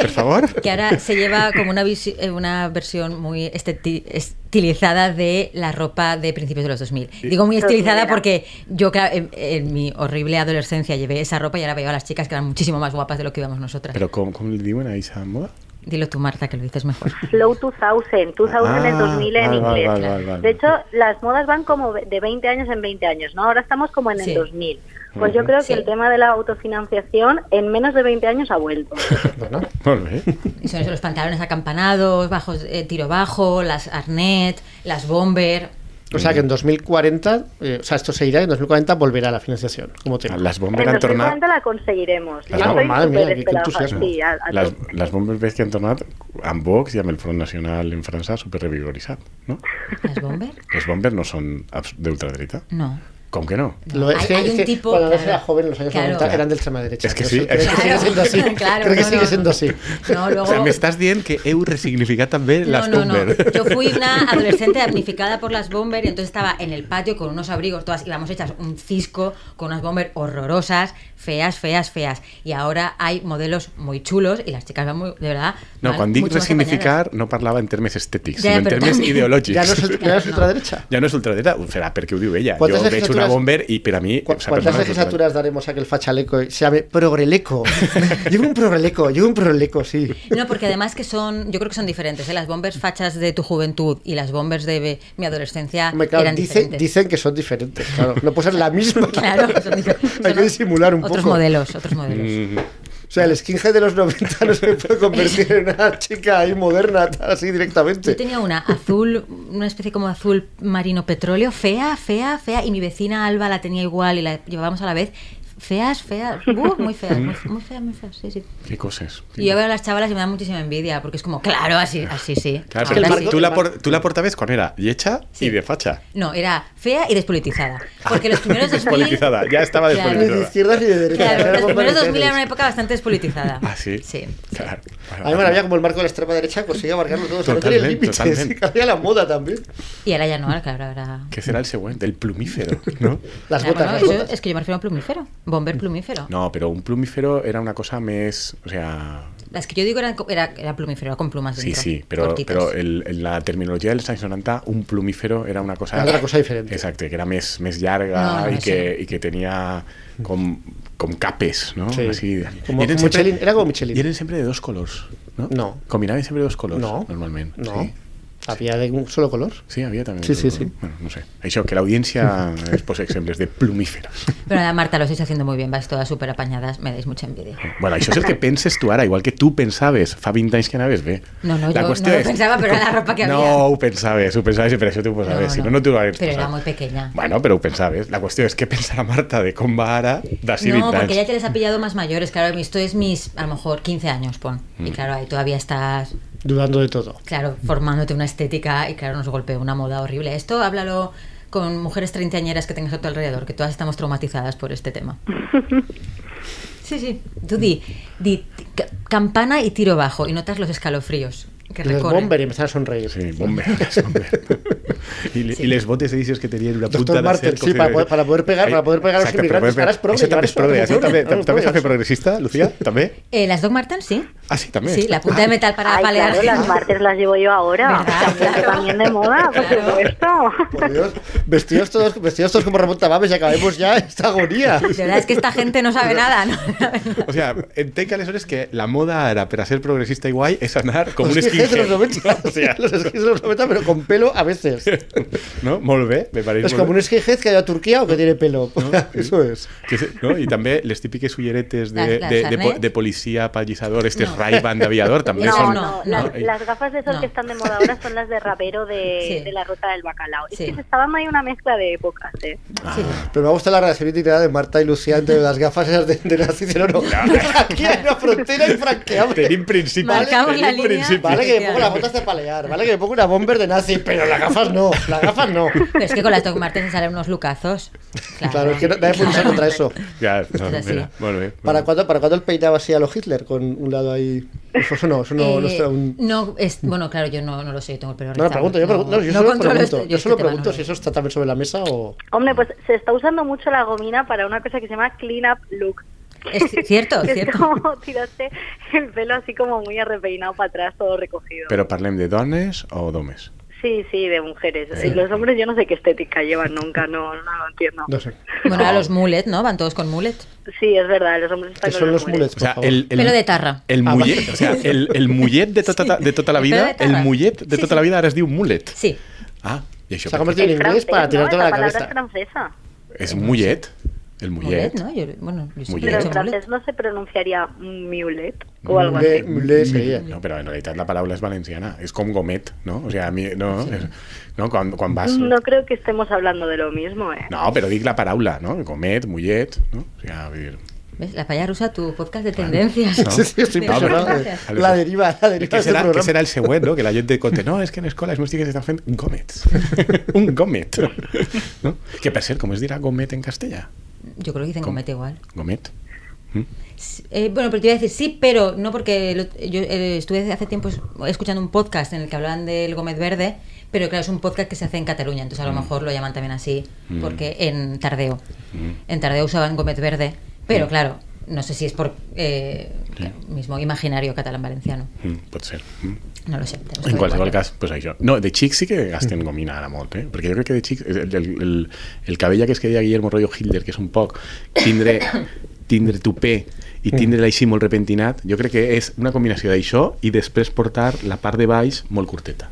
per favor?
Que ahora se lleva como una, visi- eh, una versión muy esteti- estilizada de la ropa de principios de los 2000. Digo muy estilizada
Pero
porque yo, claro, en, en mi horrible adolescencia llevé esa ropa y ahora veo a las chicas que eran muchísimo más guapas de lo que íbamos nosotras.
Però com, com li diuen a aquesta moda?
Dilo tú, Marta, que lo dices mejor.
Low 2000, 2000 es
Ah,
2000 en
vale, vale,
inglés.
vale, vale, vale.
De hecho, las modas van como de 20 años en 20 años, ¿no? Ahora estamos como en
Sí.
el 2000. Pues yo creo
Sí.
que el tema de la autofinanciación en menos de 20 años ha vuelto.
Bueno,
Molt bé.
Y son eso, los pantalones acampanados, bajos, eh, tiro bajo, las arnet, las bomber.
o sea que en 2040, eh, o sea, esto se irá y en 2040 volverá la financiación como tema.
Les
En
bombes han
2040
tornat...
la conseguiremos.
Las
yo
vamos,
estoy
madre mía,
súper
qué- qué
esperanza-
entusiasmo.
sí, a- a
Les,
tope.
les bombes ves que han tornat amb Vox i amb el Front Nacional en França superrevigoritzat, no?
¿Las bomber?
Les bombes no són abs- d'ultradreta?
No.
Com que no?
Lo- es
Hay-
que,
hay
es
un
que
tipo,
cuando
claro.
era joven, en los años
Claro.
90 eran de extrema derecha.
Es que sí,
creo
es
que sigue
Claro,
siendo así.
claro,
creo que
no,
sigue
no,
siendo
no.
así.
No, luego...
O sea, me estás dient que heu resignificat també
No,
les
no, no.
bomber.
Yo fui una adolescente damnificada por las bomber y entonces estaba en el patio con unos abrigos, todas íbamos hechas un cisco con unas bomber horrorosas, feas, feas, feas. Y ahora hay modelos muy chulos y las chicas van muy, de verdad.
No,
van
quan dic
mucho más apañadas.
resignificar no parlava en termes
Ja,
estètics, ja, sinó en
però
termes
també-
ideològics.
Ya no es, ya no es
No.
ultraderecha.
Ja no és ultradreta, ho serà perquè ho diu ella. Jo
¿Cuántas
veig una
legislaturas-
bomber i per a mi...
¿Cu-
esa
¿Cuántas
persona és
legislaturas daremos a que el fachaleco se llame progreleco? llevo un progreleco, llevo un progreleco, sí.
No, porque además que son, yo creo que son diferentes. ¿eh? Las bombers fachas de tu juventud y las bombers de mi adolescencia
Hombre, claro,
eran
dice-
diferentes.
dicen que son diferentes, claro. No puede ser la misma.
Claro, son diferentes.
Hay que
Son
disimular un
otros
poco. Mm.
modelos, otros modelos.
O sea, el skinhead de los 90 no se puede convertir en una chica ahí moderna, tal, así directamente.
Yo tenía una azul, una especie como azul marino petróleo, fea, fea, fea, y mi vecina Alba la tenía igual y la llevábamos a la vez. Feas, feas, uh, muy feas, muy, muy feas, muy feas, sí, sí.
Qué coses.
Y yo veo a las chavalas y me da muchísima envidia, porque es como, claro, así, así sí.
Clar,
ahora
perquè
Marco-
tu, la por, tu la portaves quan era lletja
Sí.
i de facha.
sí. No, era fea y despolitizada. Porque los primeros 2000...
Despolitizada, ya estaba
Claro.
Ni de
despolitizada.
izquierdas ni de derechas.
Claro,
Era
los primeros 2000
completamente
era una época bastante despolitizada.
Ah, sí?
Sí.
Claro.
A mí me maravilla como el marco de la extrema derecha consigue abarcarlo todo. O sea, no tiene
Totalmente,
límites.
totalmente.
Cambia la moda también.
Y ahora ya no, ahora claro, ahora...
Què serà el següent? El plumífero, no?
Las
Ah,
botas,
bueno,
las
eso-
botas.
es que yo me refiero a un plumífero, bomber plumífero.
Mm. No, però un plumífero era una cosa més... O sea,
Las que yo digo eran, co- era, era plumífero, era con plumas
Sí,
dentro,
sí, pero,
cortitas.
pero eh, el- el- la terminología del Sainz 90, un plumífero era una cosa...
Era otra cosa diferente.
Exacto, que era más, más
No,
larga
no,
y,
no,
que,
sí.
y que tenía con, con capes, ¿no?
Sí.
Así.
Como-
Y
como Michelin, era como Michelin.
Y eran siempre de dos colores, ¿no?
No.
Combinaban siempre dos colores,
No.
normalmente.
No.
Sí.
Había de un solo color.
Sí, había también.
Sí,
otro
sí,
color.
sí.
Bueno, no sé. Eso, que la audiencia es pues ejemplos de plumíferos.
Pero nada, Marta, lo estáis haciendo muy bien, vais todas súper apañadas, me dais mucha envidia.
Bueno, eso es el que penses tú ahora, igual que tú pensabes, fa 20 anys que anaves bé.
No, no,
La
jo
qüestió
no ho
és-
pensava, però era la ropa que
no,
havia.
No, ho pensaves, ho pensaves i per això t'ho posaves.
No,
si no,
no.
no t'ho hauries
Però era
posat.
molt pequeña.
Bueno, però ho pensaves. La qüestió és què pensa la Marta de com va ara d'ací
no,
20 anys.
porque ya te les ha pillado más mayores, claro, esto es mis, a lo mejor, 15 años, pon.
Mm.
Y claro, ahí todavía estás,
Dudando de todo.
claro, formándote una estética y claro, nos golpeó una moda horrible. Esto háblalo con mujeres treintañeras que tengas a tu alrededor, que todas estamos traumatizadas por este tema. Sí, sí, tú di, di ca- campana y tiro bajo y notas los escalofríos que
Y los
recorren.
bomber y empezaron a sonreír.
Sí, bomber, bomber. Y, le- y les botes de dices que tenien una
Doctor
punta de
Martel, sí, para poder- para poder pegar- para poder pegar a los inmigrantes. Ara és progre,
Això també
ara
és
és
progre. Això
progre.
també,
Ara és
també s'ha
progre.
fet progressista, Lucía? També?
Eh, las Doc Martens, sí.
Ah, sí, també.
Sí, la punta de metal para
Ay,
palear.
claro, las martes las llevo yo ahora.
¿Verdad?
También-
Claro.
También de moda, por
Claro.
supuesto.
Por Dios, vestidos todos, vestidos todos como Ramón Tamames y acabemos ya esta agonía.
De verdad es que esta gente no sabe nada. ¿no?
O sea, entenc que aleshores que la moda ara per a ser progressista i guai és anar com
Los
un
skinheads de los
skinhead.
90.
O sea,
los skinheads de los 90, pero con pelo a veces.
no? Molt bé, me pareix
Es
molt
como
bé.
un skinhead que ha ido a Turquía o que tiene pelo. Eso es.
Que se- no? I també les típiques ulleretes de,
Las- las
de, de, po-
arnés.
de policia, pallisador, estes
No.
no. Ray-Ban d'aviador, també
No,
són...
no,
las,
Ai,
las gafas de sol
No.
que están de moda ahora son las de rapero de,
Sí.
de la ruta del bacalao. Es
Sí.
que se está dando ahí una mezcla de épocas, ¿eh?
ah,
Pero me gusta la relación íntegra de Marta y Lucía entre las gafas esas de, de nazi. Dicen, no, no, aquí hay una frontera infranqueable.
Tenim principis.
Marcamos la
tenim
línea.
principis.
Vale que me pongo las botas de palear, vale que me pongo una bomber de nazi, pero las gafas no, las gafas no.
Pero es que con las Doc Martens salen unos lucazos. Claro,
Claro, es que no- nadie puede luchar contra eso.
Ja, no,
És així.
mira, eh, molt bé.
¿Para cuándo, ¿Para cuándo el peinado así a lo Hitler? Con un lado ahí. Pues Eso no, eso no, no
Eh,
está un.
no, es, bueno, claro, yo no, no lo sé, yo tengo el pelo
No,
rizado.
no, pregunto, yo, pregunto, no, yo
no
solo
controlo
pregunto,
este-
yo
este
solo
tema,
pregunto
no.
si eso está también sobre la mesa o...
Hombre, pues se está usando mucho la gomina para una cosa que se llama clean up look.
Es ci- cierto,
Que Es
cierto.
como tirarte el pelo así como muy arrepeinado para atrás, todo recogido.
Però parlem de dones o d'homes?
Sí, sí, de mujeres. Y Los hombres yo no sé qué estética llevan nunca, no, no lo entiendo.
No sé.
Bueno, ahora los mullet, ¿no? Van todos con mullet.
Sí, es verdad, los hombres están
¿Qué son
con
los
las mujeres.
mulets,
O
por
sea,
favor?
el, el-
Pelo de tarra.
El
Ah,
mullet,
vale.
o sea, el, el mullet de tota, de tota la
El pelo
vida,
de
el
tarra.
mullet de
Sí,
tota la vida, ara es diu mullet.
Sí.
Ah, i
S'ha
això per què?
convertit en
Es
inglés
francés,
para tirarte
¿no?
la
Esa palabra
cabeza.
es francesa.
és mullet, el
Mullet,
mullet.
¿no? Yo, bueno, yo siempre
Pero
he dicho
en
mullet.
francés no se pronunciaria mulet o algo
Mulet.
así.
así. Mullet seria.
No, però en realitat la paraula és valenciana, és com gomet, no? O sigui, a mi, no, és, no quan, quan vas...
No creo que estemos hablando de lo mismo, ¿eh?
No, però dic la paraula, no? Gomet, mullet, no? O sigui, vull dir...
¿Ves? La paya rusa, tu podcast de tendencias.
No.
Sí, sí, estoy
Muchas
impresionado.
gracias.
La deriva, la deriva.
Què
de
serà,
este
què
programa.
serà el següent, no? Que la gent et conte, no, és que en escola els meus tiquets estan fent gomets. Un gomet. No? Que, per cert, com es dirà gomet en castellà?
Yo creo que dicen
Com-
comete igual.
Gomet.
Sí, eh, bueno, pero te iba a decir sí, pero no porque lo- yo eh, estuve hace tiempo es- escuchando un podcast en el que hablaban del Gómez Verde, pero claro, es un podcast que se hace en Cataluña, entonces a lo mejor lo llaman también así,
Mm.
porque en Tardeo.
Mm.
En Tardeo usaban Gómez Verde, pero claro, no sé si es por eh, mismo imaginario catalán-valenciano,
Mm, pot ser. Mm.
no lo sé. tenemos que
En qualsevol
averiguarlo.
cas, pues això. No, de xics sí que gasten gomina ara molt, eh? Perquè jo crec que de xics, el, el, el, el cabella que es que deia Guillermo Rollo Hitler, que és un poc tindre, tindre tupé i tindre-la així molt repentinat, jo crec que és una combinació d'això i després portar la part de baix molt curteta.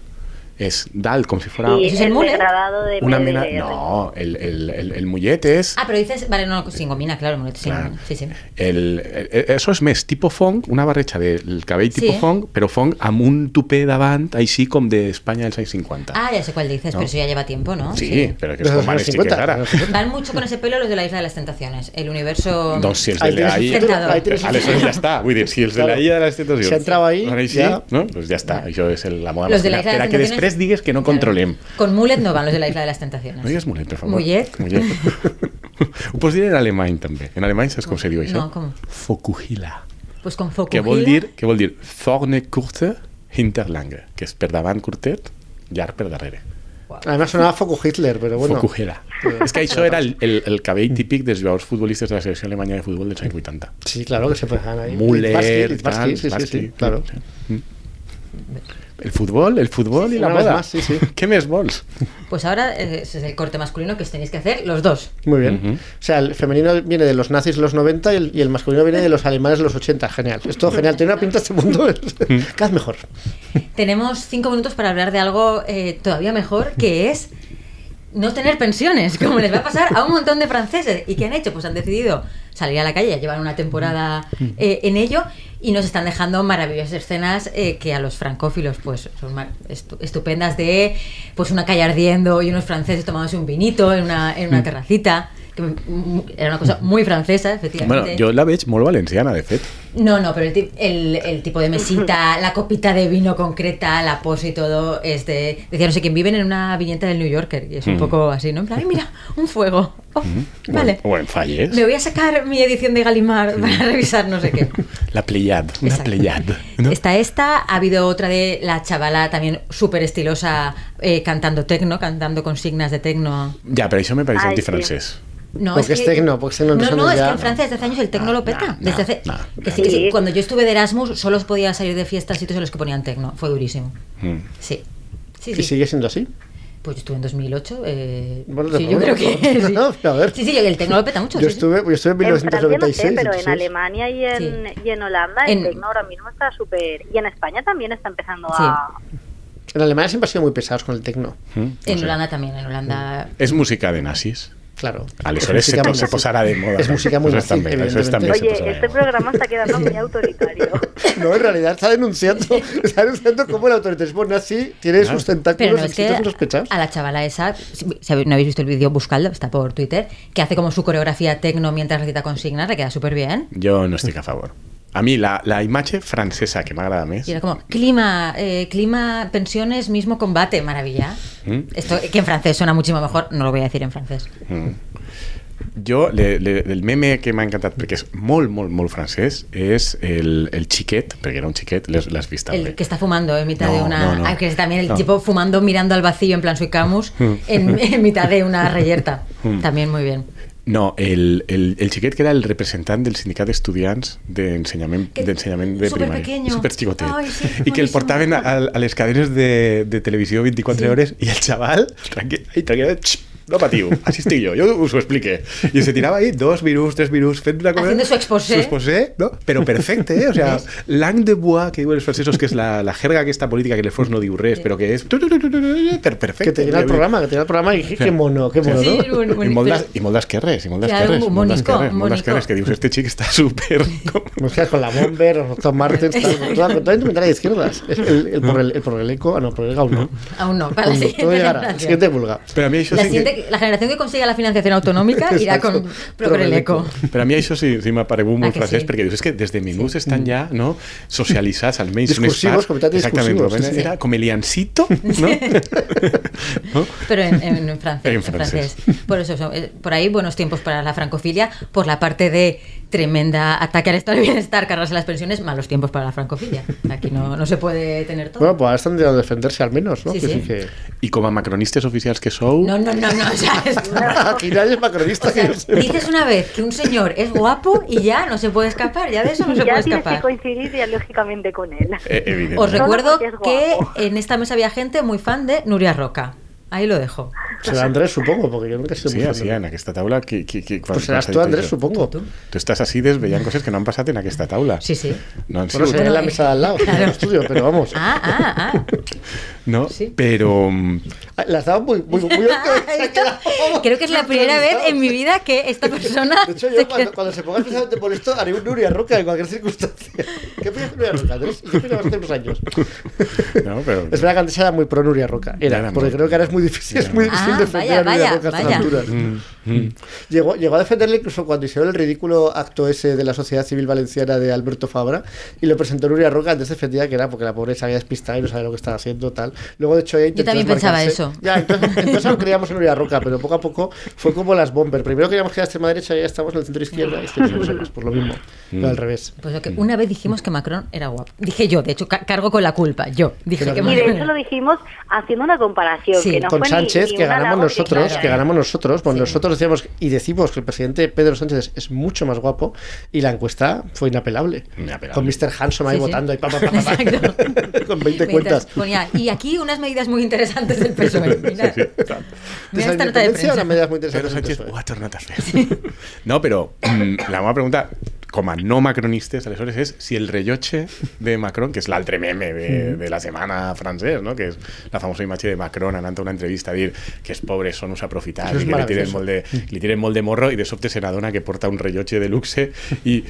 És dalt, com si fos
Y
¿Eso es el
el
mulet?
degradado de
una mena...
PDR.
No, el, el, el, el mullet és...
Ah, pero dices, vale, no, sin gomina, claro, muleto sin
Clar.
gomina, sí, sí.
El, el, eso és més tipo fong, una barreja del cabell tipo
Sí.
fong, però fong amb un tupé davant, així com d'Espanya dels anys 50.
Ah, ya sé cuál dices,
No.
pero eso ya lleva tiempo, ¿no?
Sí, però que
Los
és com van
años
els
50,
xiquets ara.
los 50.
Van mucho con ese pelo los de la Isla de las Tentaciones, el universo...
Doncs si els
Ahí
de la
tienes el
ahí,
futuro, ahí
tienes el
aleshores
futuro.
ja està. Vull dir, si els de la
Claro.
IA de les tentacions...
Si entrava ahí,
van així,
ja-
No? Pues ja està, això és el, la moda.
Los de la
masculina.
Isla de
Espera
las
que
Tentaciones.
després digues que no
Claro.
controlem.
Con mullet no van los de la Isla de las Tentaciones.
No digues mullet, per favor.
Mullet.
Mullet. Ho pots dir en alemany, també. En alemany saps com se diu això?
No, com?
Fokuhila.
Pues con foco.
Que vol dir, que vol dir forne curte, hinterlange, que és per davant curtet, llarg per darrere.
Además sonaba Foco Hitler, pero bueno.
Fokuhila. És que això era el, el, el cabell típic dels jugadors futbolistes de la selecció alemanya de futbol dels anys 80.
Sí, claro que se pegan ahí.
Müller,
Litvarsky,
tal,
Litvarsky, sí, sí,
Litvarsky,
sí, claro.
Mm. El futbol, el futbol
Sí, sí,
i la
una vez
moda.
más, sí, sí.
Què més vols?
Pues ahora eh, ese es el corte masculino que os tenéis que hacer los dos.
Muy bien.
Ujú.
O sea, el femenino viene de los nazis en los 90 y el, y el masculino viene de los alemanes en los 80. Genial. Es todo genial. Tiene una pinta este mundo. es- Cada vez mejor.
Tenemos cinco minutos para hablar de algo eh, todavía mejor, que es no tener pensiones, como les va a pasar a un montón de franceses. ¿Y qué han hecho? Pues han decidido salir a la calle, llevan una temporada eh, en ello y nos están dejando maravillosas escenas eh, que a los francófilos pues son ma- estu- estupendas de pues una calle ardiendo y unos franceses tomándose un vinito en una, en una terracita. Que m- m- era una cosa muy francesa, efectivamente.
Bueno, jo la veig molt valenciana, de fet.
No, no, pero el, ti- el- el tipo de mesita, la copita de vino concreta, la pose y todo, es de... Decía, no sé quién, viven en una viñeta del New Yorker, y es un
Mm. Mm-hmm.
poco así, ¿no? En plan, "Ay, mira, un fuego. Oh, Vale.
O en, o en falles.
Me voy a sacar mi edición de Galimar para revisar no sé qué.
La Pleiad, una
Exacto.
Pleiad. No?
Está esta, ha habido otra de la chavala también súper estilosa eh, cantando tecno, cantando consignas de tecno.
Ja, però això me pareix
Ai,
antifrancès.
No,
Porque es tecno, porque es tecno,
No,
entonces
no,
ando
es
ya- Ah,
que en Francia desde hace años el tecno
No,
lo peta.
no,
desde
no,
hace...
no,
que
no.
sí, que sí.
Sí.
Cuando yo estuve de Erasmus solo podía salir de fiesta en sitios en los que ponían tecno. Fue durísimo.
Mm.
Sí. Sí,
Y
sí.
sigue siendo así.
Pues yo estuve en 2008. Eh...
Bueno,
sí, yo creo
bueno,
que...
no,
sí.
no, pero a ver.
sí, sí, el tecno lo peta mucho.
Yo
sí, sí.
estuve, yo estuve en
En Francia no
1996.
sé, pero en
entonces-
Alemania y en, y en Holanda
En-
el tecno ahora mismo está súper... Y en España también está empezando
Sí.
a...
en Alemania siempre han sido muy pesados con el tecno.
Mm, no
En
sé.
Holanda también, en Holanda...
És música de nazis.
Claro.
Aleshores
Es música
se,
muy
se
nazi.
posarà de moda.
Es música muy nazi,
Aleshores també, aleshores també
evidentemente.
se posarà
Oye,
de
este
moda.
programa está quedando muy autoritario.
No, en realidad está denunciando, está denunciando cómo el autoritarismo nazi tiene sus
Pero
tentáculos
no
en
es que
sitios insospechados.
a la chavala esa, si si no habéis visto el vídeo, buscadlo, está por Twitter, que hace como su coreografía tecno mientras recita consignas, le queda súper bien.
Jo no estic a favor. A mi la, la imatge francesa que m'agrada més
Y era como, clima, eh, clima, pensiones, mismo combate, maravilla.
¿Mm?
Esto que en francés suena muchísimo mejor, no lo voy a decir en francés.
Mm. Jo, le, le, el meme que m'ha encantat, perquè és molt, molt, molt francès, és el, el xiquet, perquè era un xiquet, l'has l'has vist també.
El que está fumando en mitad
No,
de una...
no, no.
Ah, que es también el
No. Mm.
tipo fumando mirando al vacío en plan Suicamus en, en mitad de una reyerta. También muy bien.
No, el, el, el xiquet que era el representant del sindicat d'estudiants d'ensenyament
Que-
d'ensenyament de
súper
primària.
pequeño.
Super xicotet.
Ai, sí,
I que el
boníssim.
portaven a, a les cadenes de, de televisió 24 hores i el xaval, tranquil, ai, tranquil, xip, no patiu, així estic jo, jo us ho explique. I se tirava ahí dos virus, tres virus, fent una cosa...
Haciendo su exposé.
Su exposé, ¿no? Pero perfecte, eh? O sea, langue de bois, que diuen els francesos, que és la, la jerga aquesta política que le fos no diu res, però que és... tu, tu, tu, tu, tu, tu, per- Perfecte.
Que te viene al programa, que te viene al programa y qué mono, qué mono,
Sí,
¿no?
un- un-
I molt,
pero-
de, I molt d'esquerres, i molt
Claro,
d'esquerres.
un
molt
bonico,
d'esquerres,
un
molt
bonico.
d'esquerres, que dius, este xic està super... Com...
Nos quedas Pues con la Bomber, los Tom Martens, tal, con toda, con toda indumentaria de izquierdas. El, el, el, por el, el progreleco, ah, no, progreleco aún no.
Aún no, para la
Todo
siguiente
llegará,
generación.
la siguiente pulga.
Pero a mí eso
La,
sí
siguiente- la generación que consiga la financiación autonómica irá con
Exacto.
Procreleco.
que, però a mi això sí, sí m'ha paregut
Ah,
molt
que
francès,
sí?
perquè dius, és que des de menuts estan ja no, socialitzats, almenys són
Discursivos,
espais-
completamente
Exactament,
discursivos,
però
sí, sí.
era com el llancito, no? no?
Pero en, en- en francés,
En
en
francés.
francés. Por eso, son- eh, por ahí buenos tiempos para la francofilia. Por la parte de tremenda ataque al estado de bienestar, cargarse las pensiones, malos tiempos para la francofilia. Aquí no, no se puede tener todo.
Bueno, pues ahora están de defenderse al menos, ¿no?
Sí,
que
sí.
que...
I com a macronistes oficials que sou,
No, no, no, no. O sea, es una-
Aquí nadie Ah, es macronista.
o sea,
que yo sepa.
dices una vez que un señor es guapo y ya no se puede escapar. Ya de eso no se puede
Ya tienes que
escapar.
coincidir ideológicamente con él.
eh, evident.
Os
Solo
recuerdo
porque es
que
guapo.
en esta mesa había gente muy fan de Nuria Roca. Ahí lo dejo.
Será Andrés, supongo, porque yo nunca he sido
Sí,
muy fan
així,
de-
en aquesta taula... Qui, qui, qui, quan-
Pues serás
quan
tú,
s'ha dit
Andrés,
això?
supongo.
Tú.
Tu estàs així desvellant coses que no han passat en aquesta taula.
Mm. Sí, sí.
No han
Bueno,
sigut.
será en la
eh.
mesa de al lado, en
Claro.
el estudio, pero vamos.
Ah, ah, ah.
No,
Sí.
però... mm,
Ah, La estaba muy, muy, muy Oh,
Creo que es la primera vez en mi vida que esta persona.
De hecho,
se
yo cuando,
queda-
cuando se ponga especialmente por esto, haré un Nuria Roca en cualquier circunstancia. ¿Qué opinas de Nuria Roca, Andrés? Yo opinaba hace unos años.
No, pero-
Es verdad que antes era muy pro Nuria Roca. Era,
Era
porque
muy-
creo que ahora es muy difícil, es muy difícil
Ah,
defender
vaya,
a Nuria
vaya,
Roca a estas
vaya.
alturas. Llegó, llegó a defenderle incluso cuando hicieron el ridículo acto ese de la Sociedad Civil Valenciana de Alberto Fabra y lo presentó Nuria Roca. Antes defendía que era porque la pobreza había despistado y no sabía lo que estaba haciendo, tal. Luego, de hecho, ella intentó
también pensaba
desmarcarse.
eso.
Ya, entonces, entonces aún creíamos en Nuria Roca, pero poco a poco fue como las bomber. Primero queríamos que era extrema derecha y ya estamos en el centro izquierda y estamos en los demás, por lo mismo. Pero al revés.
Pues lo que una vez dijimos que Macron era guapo. Dije yo, de hecho, ca- cargo con la culpa. Yo dije
Pero
que
no.
Y de
Macron
hecho lo
era-
dijimos haciendo una comparación.
Sí.
que no
con
fue ni-
Sánchez,
ni
que
un
ganamos
halago,
nosotros,
claro.
que ganamos nosotros, pues nosotros decíamos y decimos que el presidente Pedro Sánchez es mucho más guapo y la encuesta fue inapelable.
Inapelable.
Con Mr. Hanson ahí
Sí, sí.
votando y pa, pa, pa, pa, pa.
Exacto.
con
Mientras
20 cuentas.
Ponía, y aquí unas medidas muy interesantes del PSOE. Mira, mira esta nota de
Desindependencia,
prensa.
una medida muy interesante ¿eh?
Pedro
del
Sánchez ho
PSOE.
ha tornat a fer. No, però mm, la meva pregunta, com a no macronistes, aleshores, és si el rellotge de Macron, que és l'altre meme de, de la setmana francès, no? que és la famosa imatge de Macron anant a una entrevista a dir que els pobres són uns aprofitats
Això és
i que li tiren,
meravelloso.
molt de, li tiren molt de morro i de sobte se n'adona que porta un rellotge de luxe i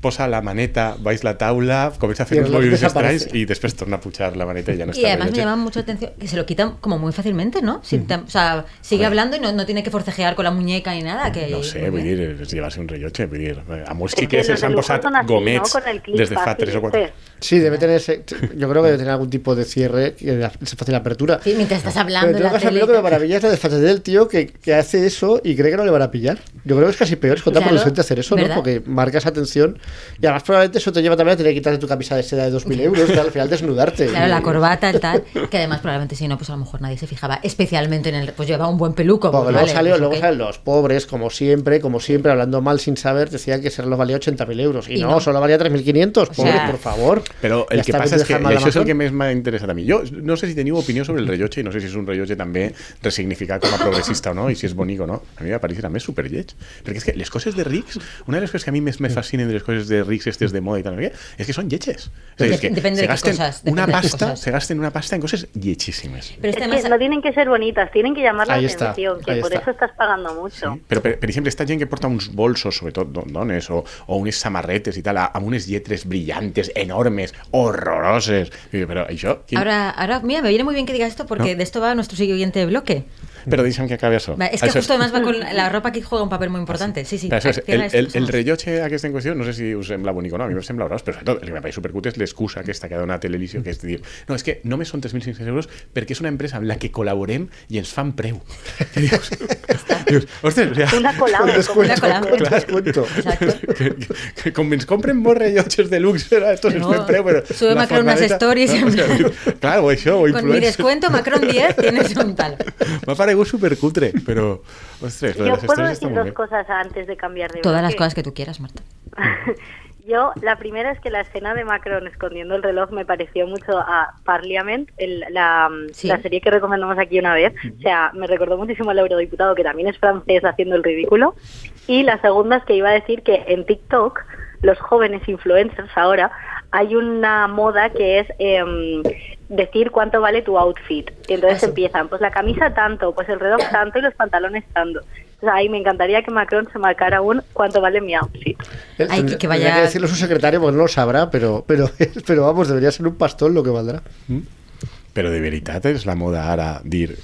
posa la maneta baix la taula, comença a
I
fer
el
uns moviments
desaparece.
estranys i després torna a pujar la maneta i ja no
Y
està el
además me
rellotge.
llama mucho la atención que se lo quitan como muy fácilmente, ¿no? Sin tam- o sea, sigue hablando y no, no tiene que forcejear con la muñeca ni nada. Que
No sé,
muy
vull
bien.
dir, és llevar-se un rellotge, vull dir, a molts
És que
xiquets
los
els han
de lujo
posat
són així,
gomets
no? Con el clip
des de fa
fàcil,
3 o 4
sí.
Sí, debe tener ese, yo creo que debe tener algun tipo de cierre que da- es fácil apertura.
Sí, mientras estás hablando
Pero
en
tengo
la
que saber
tele.
lo que me maravilla es la desfachatez del tío que, que hace eso y cree que no le van a pillar. Yo creo que es casi peor, es contraproducente
Claro,
hacer eso, ¿no?
¿verdad?
Porque marcas atención y además probablemente eso te lleva también a tener que quitarte tu camisa de seda de 2.000 euros y al final desnudarte.
Claro, la
Y-
corbata, el tal, que además probablemente si no, pues a lo mejor nadie se fijaba, especialmente en el... Pues llevaba un buen peluco.
Porque
pues
luego,
vale,
salió,
pues
luego
ok.
salen los pobres, como siempre, como siempre, hablando mal sin saber, decían que ese reloj valía 80.000 euros. Y,
Y
no,
no.
solo valía 3.500,
O
pobres,
sea-
por favor.
Però el
Ya
que
está,
passa
vete
és que,
a
i
dejar mal
això és el
Amazon.
que més m'ha interessat a mi, jo no sé si teniu opinió sobre el rellotge i no sé si és un rellotge també resignificat com a progressista o no, i si és bonic o no. A mi va parecer també superlleig, perquè és que les coses de rics, una de les coses que a mi més me fascinen de les coses de rics estes de moda i tal, no sé què, és que són lletges. O sigui, és que
Depende de qué
se gasten
cosas,
una
depende de qué
pasta,
cosas.
se gasten una pasta en coses lletjíssimes.
Pero
Es
Este es que
que
además-
no tienen que ser bonitas, tienen que llamar la
Ahí está,
atención, que
ahí
por
está.
eso estás pagando mucho.
Però, per, per exemple, esta gent que porta uns bolsos, sobretot don- dones, o, o unes samarretes i tal, a- amb unes lletres brillantes, enormes, horroroses. I dic, Però això... Quin...
Ahora, ahora, mira, me viene muy bien que digas esto porque
No.
de esto va nuestro siguiente bloque.
Però deixa'm que acabi això.
Va, Es que
Això
justo además va con la ropa que juega un papel muy importante. Sí, sí.
Però això és, Ah, el,
cierra esto,
el, el
pasamos.
rellotge aquesta en qüestió, no sé si us sembla bonic o no, a mi em sembla horrorós, però sobretot el que m'ha parit supercut és l'excusa aquesta que ha donat l'Elicio, que és dir, no, és que només són 3.500 euros perquè és una empresa amb la que col·laborem i ens fan preu. I dius, dius ostres, o sea,
Una colada.
Con descuento,
Una colada.
con descuento.
Exacto.
que, que, que com ens compren molts rellotges de luxe, ara, estos ens
No.
fem preu, però...
Sube
la
Macron unes
fornaleta-
stories.
No, o sea, clar, o això, o
Con mi
influencer.
descuento, Macron 10, tienes un tal.
M'ha pare algú supercutre, però... Ostres, lo de
Yo
les
puedo
estrellas està
decir
molt
dos
bé.
cosas antes de cambiar de
Todas las
bloque.
cosas que tú quieras, Marta.
Yo, la primera es que la escena de Macron escondiendo el reloj me pareció mucho a Parliament, el- la, mm,
Sí.
la serie que recomendamos aquí una vez. O sea, me recordó muchísimo al eurodiputado, que también es francés, haciendo el ridículo. Y la segunda es que iba a decir que en TikTok, los jóvenes influencers ahora, hay una moda que es em, decir cuánto vale tu outfit. Y entonces empiezan, pues la camisa tanto, pues el reloj tanto y los pantalones tanto. O sea, ahí me encantaría que Macron se marcara un cuánto vale mi outfit.
Él
Ay, que-
tendrá-
que vaya-
tendrá que decirlo su secretario, pues no lo sabrá, pero, pero, pero vamos, debería ser un pastón lo que valdrá.
Però de veritat és la moda ara dir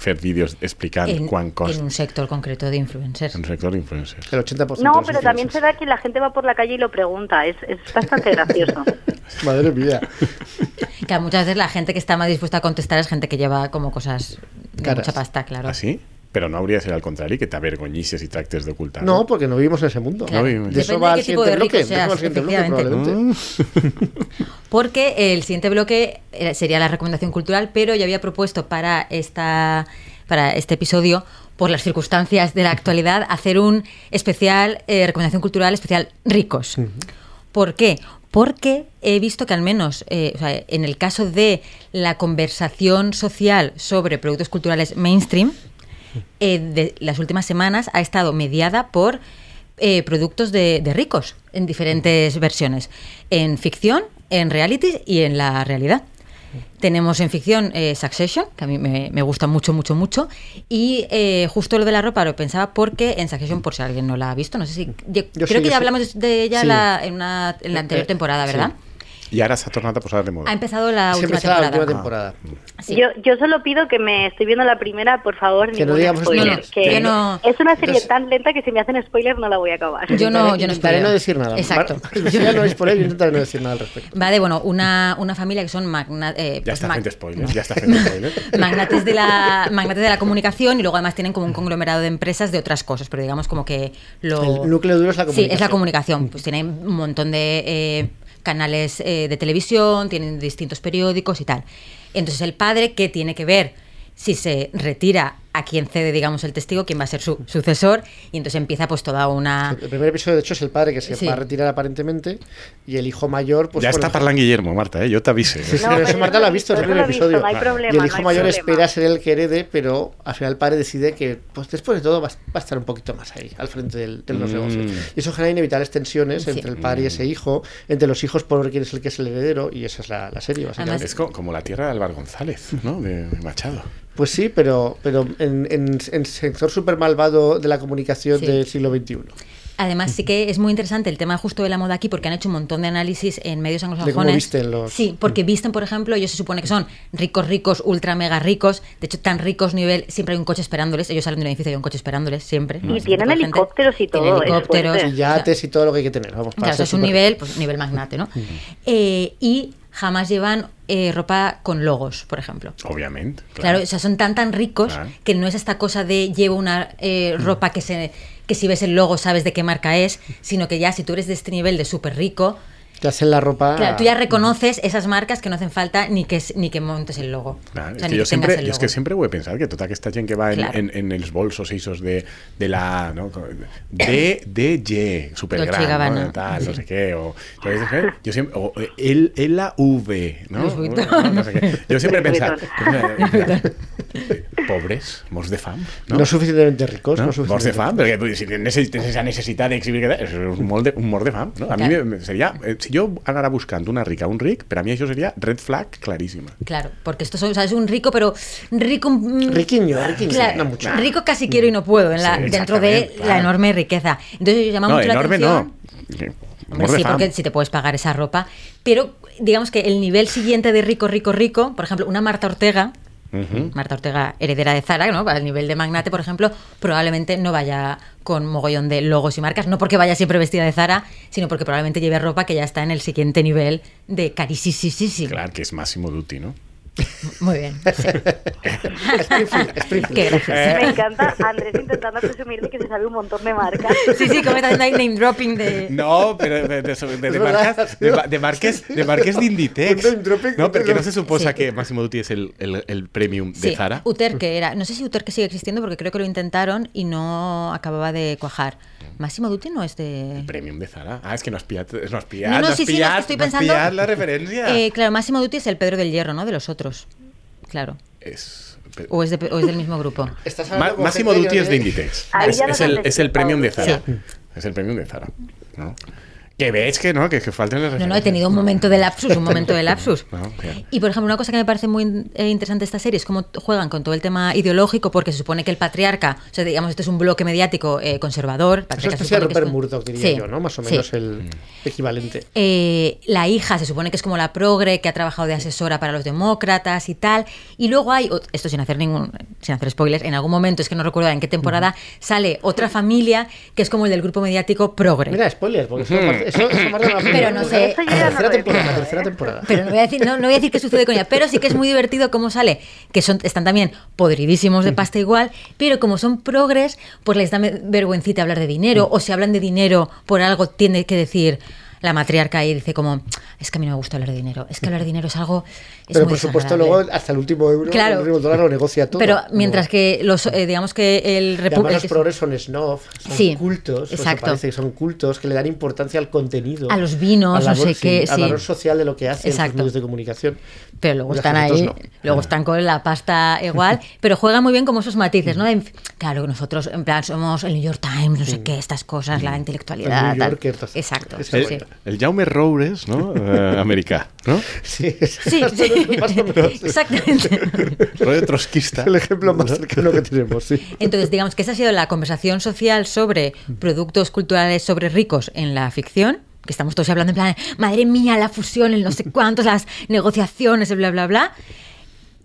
fer vídeos explicant
En,
quan
en
costa
un sector concreto de influencers.
en un sector influencer.
El 80%. de
No,
los
pero también se
influencers.
da que la gente va por la calle y lo pregunta. Es, es bastante gracioso.
Madre mía.
Que muchas veces la gente que está más dispuesta a contestar es gente que lleva como cosas de
Caras.
mucha pasta, claro.
Ah, sí? Però no hauria de ser al contrari, que t'avergonyissis i tractes d'ocultar.
No, porque no vivimos en ese mundo.
Claro.
No
De
vivimos.
eso
Depende
va
de
al
qué tipo
siguiente
de rico
bloque. de eso va al
seas,
siguiente bloque,
efectivamente.
probablemente.
Mm.
Porque el siguiente bloque eh, sería la recomendación cultural, pero yo había propuesto para esta para este episodio, por las circunstancias de la actualidad, hacer un especial eh, recomendación cultural especial ricos.
Mm.
¿Por qué? Porque he visto que al menos eh, o sea, en el caso de la conversación social sobre productos culturales mainstream, eh, de las últimas semanas ha estado mediada por eh, productos de, de ricos en diferentes versiones, en ficción, en reality y en la realidad. Tenemos en ficción eh, Succession, que a mí me, me gusta mucho, mucho, mucho. Y eh, justo lo de la ropa lo pensaba porque en Succession, por si alguien no la ha visto, no sé si. yo creo
sí,
que
yo
ya
sí.
hablamos de ella
Sí.
la- en, una- en la anterior
Eh,
temporada,
sí.
¿verdad?
I ara s'ha tornat a posar de moda.
Ha empezado la
Siempre
Mm. última
está la
temporada. Ah.
última temporada.
Sí.
Yo, yo solo pido que me estoy viendo la primera, por favor.
Que no
ningún
digamos
spoiler,
spoilers.
que
Yo no-
Es una serie
Entonces-
tan lenta que si me hacen spoiler no la voy a acabar.
Yo no, yo no
Intentaré
spoileo.
no decir nada. pues
Exacto.
Yo ya no es por ello, intentaré no decir nada al respecto.
Va de, bueno, una, una familia que son magna- eh,
Ja
pues
està
mag-
fent spoilers, ja està fent spoilers.
magnates de la magnates de la comunicación y luego además tienen como un conglomerado de empresas de otras cosas, pero digamos como que lo
El núcleo duro es la
Sí, es la
comunicación.
comunicación, pues tienen un montón de eh, canales eh, de televisión, tienen distintos periódicos y tal. Entonces el padre que tiene que ver si se retira a quien cede, digamos, el testigo, quién va a ser su sucesor, y entonces empieza pues toda una
El primer episodio, de hecho, es el padre que se
Sí.
va a retirar aparentemente y el hijo mayor, pues.
ja
bueno,
està parlant Guillermo, Marta, eh? jo t'avise.
Sí, sí,
No,
pero eso
pero
Marta
no
lo
lo
ha
he
visto en el
visto,
primer
no lo he
episodio.
visto, no hay problema,
y el
no
hijo
hay
mayor
problema.
espera ser el que herede, pero al final el padre decide que pues después de todo va, va a estar un poquito más ahí, al frente del- de los
Mm.
negocios. Y eso genera inevitables tensiones
Sí.
entre el padre y ese hijo, entre los hijos por ver quién es el que es el heredero, y esa es la, la serie, básicamente.
És com, com la tierra de Álvaro González, no? De Machado.
Pues sí, pero, pero en, en, en sector súper malvado de la comunicación
Sí.
del siglo XXI.
Además, sí que es muy interesante el tema justo de la moda aquí, porque han hecho un montón de análisis en medios anglosajones.
De cómo visten los- Mm.
Sí, porque visten, por ejemplo, ellos se supone que son ricos, ricos, ultra mega ricos. De hecho, tan ricos nivel, siempre hay un coche esperándoles. Ellos salen de un edificio y hay un coche esperándoles, siempre. ¿no?
Y
Ese
tienen
tipo de gente.
helicópteros y
Tienen
todo, es
helicópteros.
fuerte.
Y yates
O sea,
y todo lo que hay que tener, vamos, para
claro, eso
ser
es un
súper- Mm.
nivel, pues, nivel magnate, ¿no? Eh, y jamás llevan eh, ropa con logos, por ejemplo.
Òbviament.
Claro, o sea, son tan tan ricos
Claro. Mm.
que no es esta cosa de llevo una eh, ropa que se que si ves el logo sabes de qué marca es, sino que ya si tú eres de este nivel de súper rico,
Te hacen la
Ah.
ropa.
claro, tú ya reconoces esas marcas que no hacen falta ni que s- ni que montes el logo. O
Clar, és,
sea,
que
ni
jo
que
sempre,
tengas el
jo és que
logo.
sempre ho he pensat, que tota aquesta gent que va en,
Clar.
en, en els bolsos eixos de, de la... No? D, D, G,
Dolce
supergran,
y Gabbana.
no? Tal, no
Sí.
sé què, o... Jo, no sé, jo sempre, o el, el, la V, no?
Louis Vuitton.
No, no sé què. Jo sempre he
Louis
pensat...
Vuitton.
Pobres, morts de fam,
No,
no?
suficientemente ricos. No,
No? Morts de
suficientemente-
fam, perquè vull dir, si tens esa necessitat d'exhibir que tal, és un, molt de, un mort de fam. No? A mi
Clar.
me- seria... eh, Si jo anara buscant una rica, un ric, per a mi això seria red flag claríssima.
Claro, porque esto son, o sea, es un rico, pero rico mm,
Riquiño, riquiño.
claro,
no mucho.
rico casi quiero y no puedo en la,
Sí,
dentro de
exactamente,
la
claro.
enorme riqueza. Entonces yo llama
No,
mucho la
enorme
atención.
no.
Hombre,
Mor de
sí,
fam.
porque si te puedes pagar esa ropa. Pero digamos que el nivel siguiente de rico, rico, rico, por ejemplo, una Marta Ortega,
Ujú.
Marta Ortega, heredera de Zara, ¿no? Al nivel de magnate, por ejemplo, probablemente no vaya con mogollón de logos y marcas, no porque vaya siempre vestida de Zara, sino porque probablemente lleve ropa que ya está en el siguiente nivel de carísimo.
Claro, que es Máximo Duty, ¿no?
Muy bien. sí.
Springfield, Springfield.
Qué gracioso.
Eh.
Me
Eh.
encanta Andrés intentando presumir de que se sabe un montón de marcas.
Sí, sí, como también hay name dropping de.
Eh, No, pero de, de- de- de
Es verdad,
marcas, de, ma- de marques, de marques de Inditex.
Un name dropping,
No, porque no
pero-
se suposa
Sí.
que Máximo Duty es el, el- el premium de
Sí,
Zara.
Uterque era. No sé si Uterque sigue existiendo porque creo que lo intentaron y no acababa de cuajar. Máximo Duty no es de.
Premium de Zara. Ah, es que no has pillado, no has pillado,
No, no,
has
sí, sí, no, es
pillado,
que estoy
no has
pensando.
pillado la referencia.
Eh, claro, Máximo Duty es el Pedro del Hierro, ¿no? De los otros. Claro.
Es-
O es, de- o es del mismo grupo.
Estás
Ma-
hablando con
Máximo
gente que
Duty
no
es de
tiene-
Inditex.
Ahí
Es,
ya
es
los
el,
has
es el premium de Zara.
Sí.
Es el premium de Zara. ¿no? Que ves que no, que, que faltan
No,
las
no, he
referencias.
tenido un momento de lapsus, un momento de lapsus.
No, bien.
Y por ejemplo, una cosa que me parece muy in- eh, interesante de esta serie es cómo t- juegan con todo el tema ideológico, porque se supone que el patriarca, o sea, digamos, esto es un bloque mediático eh, conservador. el
Es una
patriarca se
especie de
supone que es
Rupert
un-
Murdoch, diría
Sí,
yo, ¿no? Más o
sí.
menos
Mm.
el equivalente.
Eh, la hija se supone que es como la progre, que ha trabajado de asesora para los demócratas y tal. Y luego hay, o- esto sin hacer ningún, sin hacer spoilers, en algún momento, es que no recuerdo en qué temporada, sale otra familia que es como el del grupo mediático progre.
Mira, spoiler, porque
Mm.
eso, parte- eso, eso parte de la
Pero no sé.
Eso
La
yo ya no
tercera temporada,
lo
la
recuerdo,
tercera
¿eh?
temporada.
Pero no voy a decir, no, no voy a decir qué sucede con ella, pero sí que es muy divertido cómo sale, que son, están también podridísimos de pasta igual, pero como son progres, pues les da me- vergüencita hablar de dinero, o si hablan de dinero por algo, tiene que decir la matriarca y dice como, es que a mí no me gusta hablar de dinero, es que hablar de dinero es algo... es
Pero
muy
por supuesto,
desagradable".
luego hasta el último euro,
Claro.
el último dólar lo negocia todo.
Pero mientras que los, eh, digamos que el
Y
repu-
además
el
los
que-
progres son snob, son
Sí,
cultos,
exacto.
exacto. parece que son cultos, que le dan importancia al contenido.
A los vinos,
al
no
valor-
sé qué,
Al
sí.
valor social de lo que hacen
Exacto.
los medios de comunicación.
pero luego
Los
están
adultos
ahí,
no.
luego están con la pasta igual, pero juegan muy bien como esos matices, ¿no? En- claro, nosotros en plan somos el New York Times, no sé qué, estas cosas, la intelectualidad,
El New
tal.
Yorker, todo eso.
Exacto. sí,
Esa
El,
sí.
el Jaume Roures, ¿no? Eh, América, ¿no?
Sí,
Sí,
más o
sí,
menos, más o menos.
exactamente.
Rollo trotskista.
El ejemplo más cercano que tenemos, sí.
Entonces, digamos que esa ha sido la conversación social sobre productos culturales sobre ricos en la ficción, que estamos todos hablando en plan, madre mía, la fusión, el no sé cuántos, las negociaciones, el bla, bla, bla.